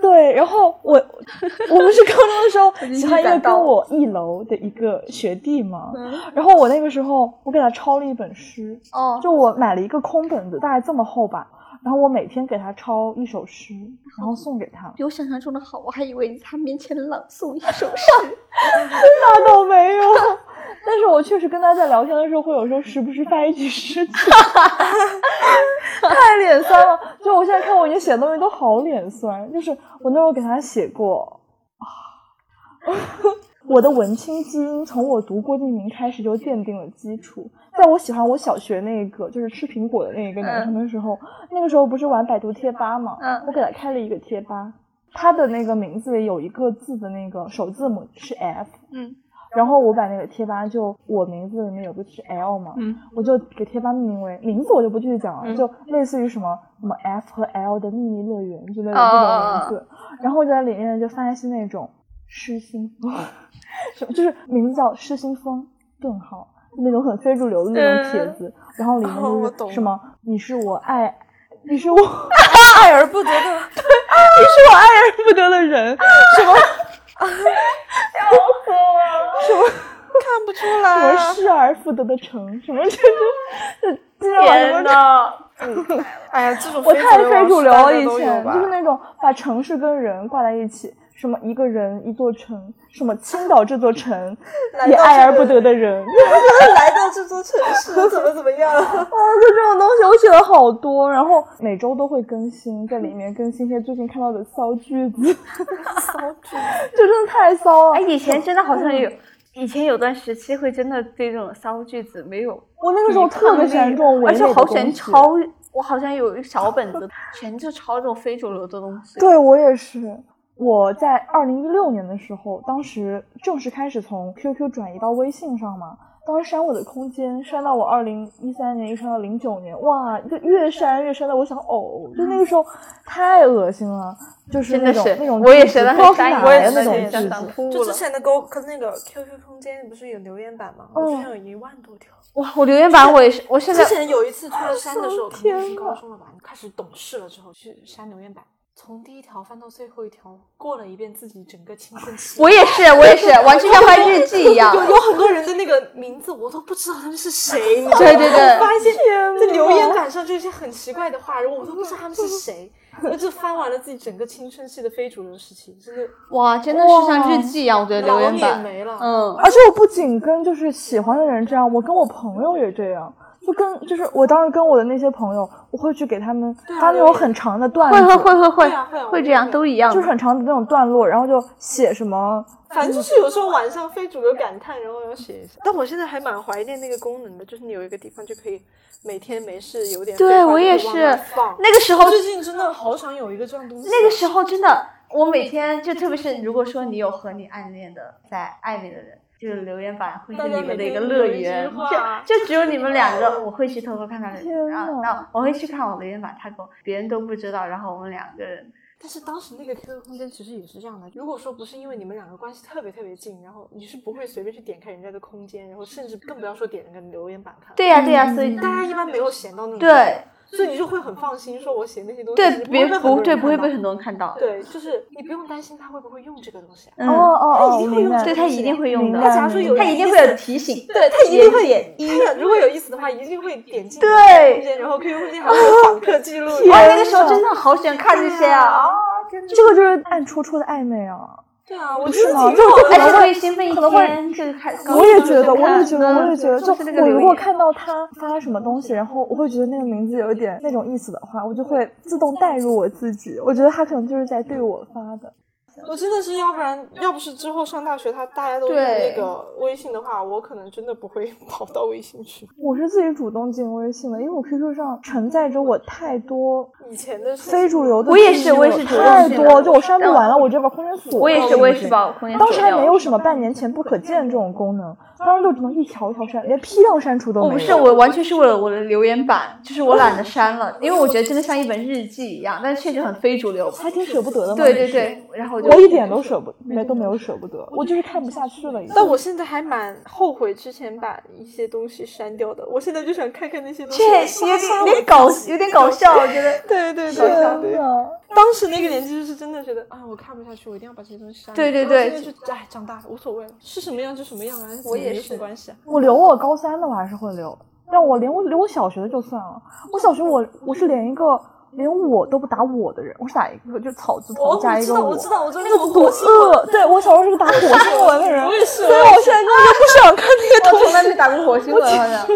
对，然后我我不是高中的时候喜欢一个跟我一楼的一个学弟嘛，然后我那个时候我给他抄了一本诗，哦，就我买了一个空本子，大概这么厚吧，然后我每天给他抄一首诗，然后送给他，比我想象中的好，我还以为你在他面前朗诵一首 诗。那倒没有。但是我确实跟他在聊天的时候，会有时候时不时发一句诗句，太脸酸了。就我现在看我以前写的东西都好脸酸，就是我那时候给他写过，啊， 我的文青基因从我读郭敬明开始就奠定了基础。在我喜欢我小学那个就是吃苹果的那个男生的时候，那个时候不是玩百度贴吧嘛， 嗯我给他开了一个贴吧，他的那个名字里有一个字的那个首字母是 F，嗯，然后我把那个贴吧就我名字里面有个是 L 嘛，嗯，我就给贴吧命名为名字我就不继续讲了，嗯就类似于什么什么 F 和 L 的秘密乐园之类的哦这种名字，然后我就在里面就发现那种失心疯，什么就是名字叫失心疯，顿号那种很非主流的那种帖子，然后里面哦我就懂是了什么你是我爱，你是我你爱而不得的，是我爱而不得的人，什么看不出什么来啊。失而复得的成，什么 就是就这种什么呐，哎呀，这种我太非非主流了，了，以前就是那种把城市跟人挂在一起，什么一个人一座城，什么青岛这座城 来也到爱这而个不得的人，那 来到这座城市怎么怎么 样？哦，就这种东西我写了好多，然后每周都会更新，在里面更新一些最近看到的骚句子， 骚剧 就真的太骚了哎，。以前真的好像 有，以前有段时期会真的对这种骚句子没有我那个时候特别喜欢这种唯而美且的好东喜欢西。抄，我好像有一小本子，全就抄这种非主流的东西。对我也是。我在二零一六年的时候，当时正式开始从 QQ 转移到微信上嘛。当时删我的空间，删到我二零一三年，一直删到零九年，哇，就越删越删的，我想呕，就那个时候太恶心了，就是真那的种是那种，我也句子觉得很不知道是扎哪眼我也来的那是种这句样子想，哭就之了前的沟，可是那个 QQ 空间不是有留言板吗？我之前有一万多条。哇，我留言板我也是，我现在之前有一次突然删的 时候，可能已天经高中了吧，你开始懂事了之后去删留言板，从第一条翻到最后一条，过了一遍自己整个青春期。我也是，我也是，完全像翻日记一样。有有很多人的那个名字我都不知道他们是谁，你知道吗对对对我发现天在留言呐板上就一些很奇怪的话，然后我都不知道他们是谁，那就翻完了自己整个青春期的非主流时期，真的 哇，真的是像日记一样，我觉得留老言脸板，没了。嗯，而且我不仅跟就是喜欢的人这样，我跟我朋友也这样。就跟就是我当时跟我的那些朋友，我会去给他们对啊发那留种言很长的段子，会会会会会啊会啊会，会这样，我都一样嗯就。是很长的那种段落，然后就写什么反正就是有时候晚上非主流感叹，然后要写一下。但我现在还蛮怀念那个功能的，就是你有一个地方就可以每天没事有点对废话我就也往是那儿放那个时候，最近真的好想有一个这样东西。啊那个时候真的，我每天就特别是如果说你有和你暗恋的在暧昧的人，就是留言板会是大家你们的每一个天乐留一句园，话就就只有你们两个，我会去偷偷看他的天，然后呐那我会去看我留言板，他跟我别人都不知道，然后我们两个人，但是当时那个 QQ 空间其实也是这样的，如果说不是因为你们两个关系特别特别近，然后你是不会随便去点开人家的空间，然后甚至更不要说点那个留言板看。，对呀对呀，所以大家一般没有闲到那种。嗯对，所以你就会很放心，说我写那些东西对是别不不会被很多人对不会看到被很多人看到，对，就是你不用担心他会不会用这个东西啊。嗯哦哎哦哦，他我一定会明用白这了。对他一定会用的明白，假如说有他一定会有提醒，对他他一定会点一。如果有意思的话，一定会点进 QQ 空间，然后 QQ 空 间还会有访客记录。天哦哇，那个时候真的好喜欢看这些啊！这个就是暗戳戳的暧昧啊！对啊，我是吗？就而就且可能会会兴奋一可能会天，这个看，我也觉得，我也嗯觉得，我也觉得，就就我如果看到他发什么东西，然后我会觉得那个名字有一点那种意思的话，我就会自动带入我自己。我觉得他可能就是在对我发的。我真的是，要不然要不是之后上大学，他大家都用对那个微信的话，我可能真的不会 跑到微信去。我是自己主动进微信的，因为我 QQ 上承载着我太多以前的事非情主流的我也记忆是我也是主动太进的嗯多，就我删不完了，我直接把空间锁了。我也是，信我也不是信把我空间当时锁还掉没有什么半年前不可见这种功能，当时就只能一条一条删，连批量删除都没我有。不不是，我完全是为了我的留言板，就是我懒得删了，因为我觉得真的像一本日记一样，但是确实很非主流。还挺舍不得的嘛。对对对，然后我就我一点都舍不没都没有舍不得，我就是看不下去了已经。但我现在还蛮后悔之前把一些东西删掉的，我现在就想看看那些东西。确实有点有点搞有点搞笑，我觉得。对对天对对，呐，当时那个年纪就是真的觉得，啊，我看不下去，我一定要把这些东西删了。对对然后对现在就哎，长大了无所谓了，是什么样就什么样啊，我也有什是么关系啊？我留我高三的我还是会留，但我连我留我小学的就算了，我小学我我是连一个。连我都不打我的人，我是打一个就草字头加一个哦我知道，我知道，我知道那我多恶！对我小时候是 个打火星文的人，我也是所以我现在真的不想看那个我 东从西。来没打过火星文，好像。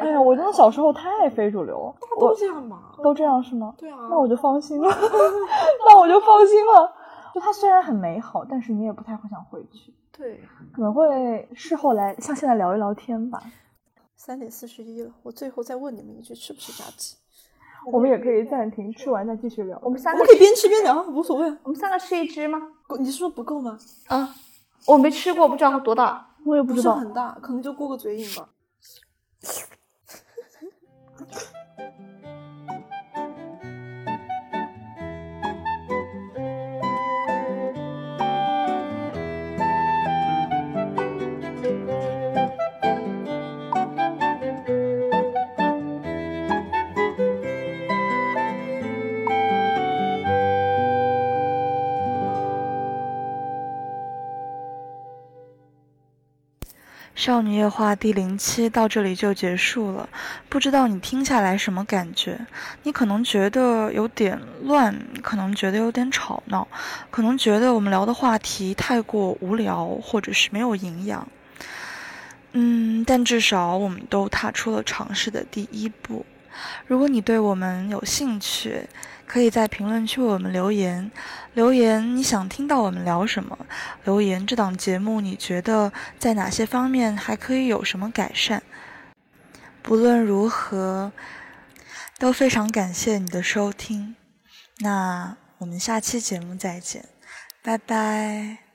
哎呀，我真的小时候太非主流，他我都这样嘛。都这样是吗？对啊，那我就放心了，那我就放心了。就它虽然很美好，但是你也不太会想回去，对可能会事后来像现在聊一聊天吧。三点四十一了，我最后再问你们一句，吃不吃炸鸡？我们也可以暂停，吃完再继续聊。我我们们三个我们可以边吃边聊，无所谓啊。我们三个吃一只吗？你是说不够吗？啊，我没吃过，不知道它多大。我也不不知是道，很大，可能就过个嘴瘾吧。少女夜话第零期到这里就结束了，不知道你听下来什么感觉？你可能觉得有点乱，可能觉得有点吵闹，可能觉得我们聊的话题太过无聊，或者是没有营养。嗯，但至少我们都踏出了尝试的第一步。如果你对我们有兴趣，可以在评论区为我们留言，留言你想听到我们聊什么，留言这档节目你觉得在哪些方面还可以有什么改善。不论如何，都非常感谢你的收听。那我们下期节目再见，拜拜。